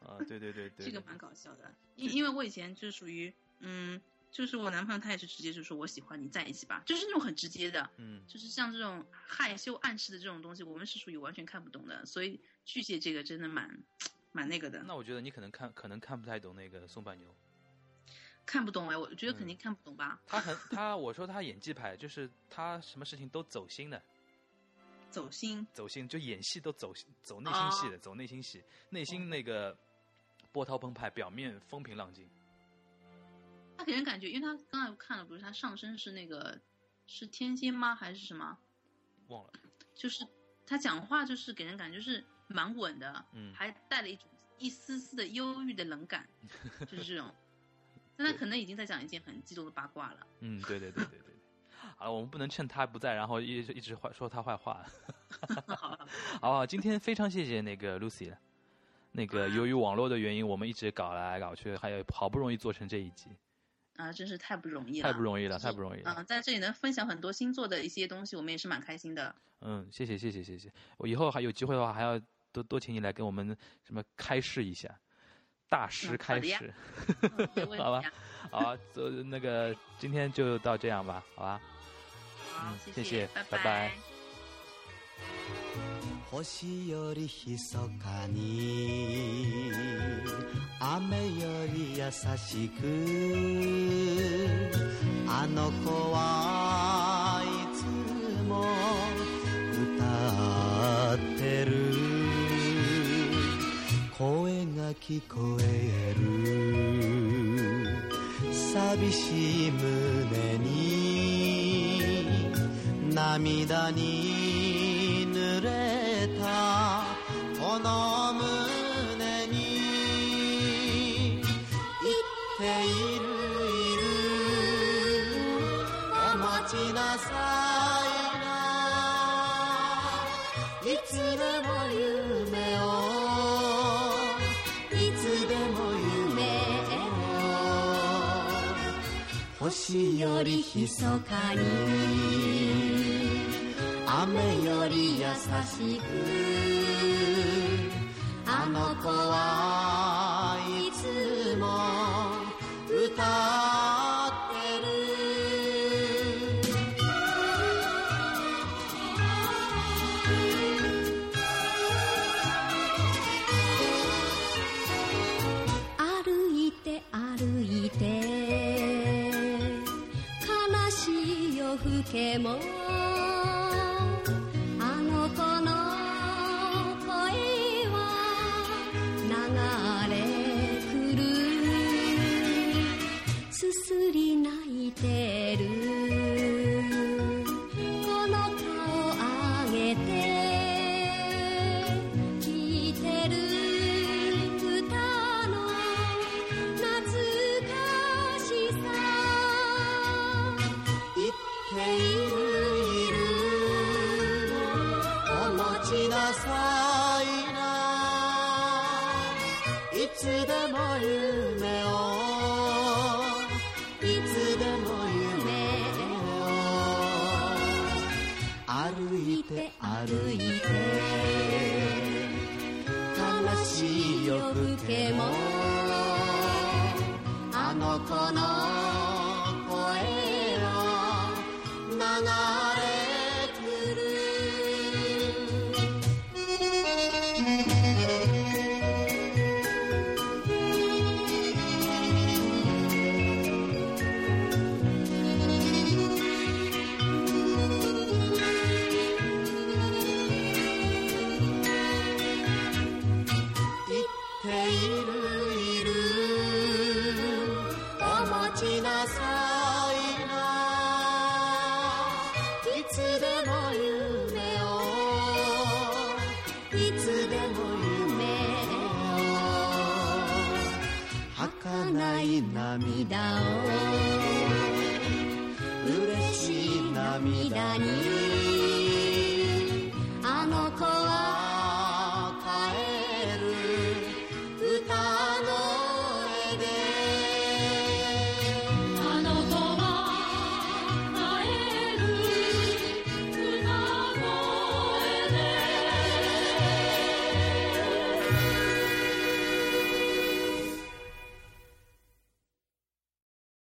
啊，对对 对对，这个蛮搞笑的，因因为我以前就属于嗯，就是我男朋友他也是直接就说我喜欢你，在一起吧，就是那种很直接的，嗯，就是像这种害羞暗示的这种东西，我们是属于完全看不懂的。所以巨蟹这个真的蛮蛮那个的。那我觉得你可能看可能看不太懂那个松板牛，看不懂哎，我觉得嗯肯定看不懂吧。他很他，我说他演技派，就是他什么事情都走心的，走心，走心就演戏都走走内心哦戏的，走内心戏，内心那个波涛澎湃，表面风平浪静。他给人感觉，因为他刚才我看了，不是他上身是那个是天仙吗？还是什么？忘了，就是他讲话就是给人感觉就是蛮稳的，嗯还带了一种一丝丝的忧郁的 冷感，就是这种。但他可能已经在讲一件很激动的八卦了。嗯，对对对对对对。好了，我们不能趁他不在，然后一直一直坏说他坏话。好好，今天非常谢谢那个 Lucy 了。那个由于网络的原因，我们一直搞来搞去，还有好不容易做成这一集，啊，真是太不容易了，太不容易了，太不容易了。啊，在这里能分享很多星座的一些东西，我们也是蛮开心的。嗯，谢谢谢谢谢谢，我以后还有机会的话，还要多多请你来给我们什么开示一下，大师嗯开好的呀示， 没问题好吧呀，好啊，就那个今天就到这样吧，好吧，好嗯，谢谢谢拜拜拜星よりひそかに雨より優しくあの子はいつも歌ってる声が聞こえる寂しい胸に涙に濡れたこの胸に言っているいるお待ちなさいないつでも夢をいつでも夢を星よりひそかに雨より優しくあの子はいつも歌ってる歩いて歩いて悲しい夜更けもあの子の声は流れ来るすすり泣いてるこの顔あげて聴いてる歌の懐かしさ言っているいるお持ちなさいないつでも夢をいつでも夢を歩いて歩いて悲しい夜更けもあの子の声は流れ来る言っているいるお待ちなさいないつでも夢をいつでも夢を儚い涙を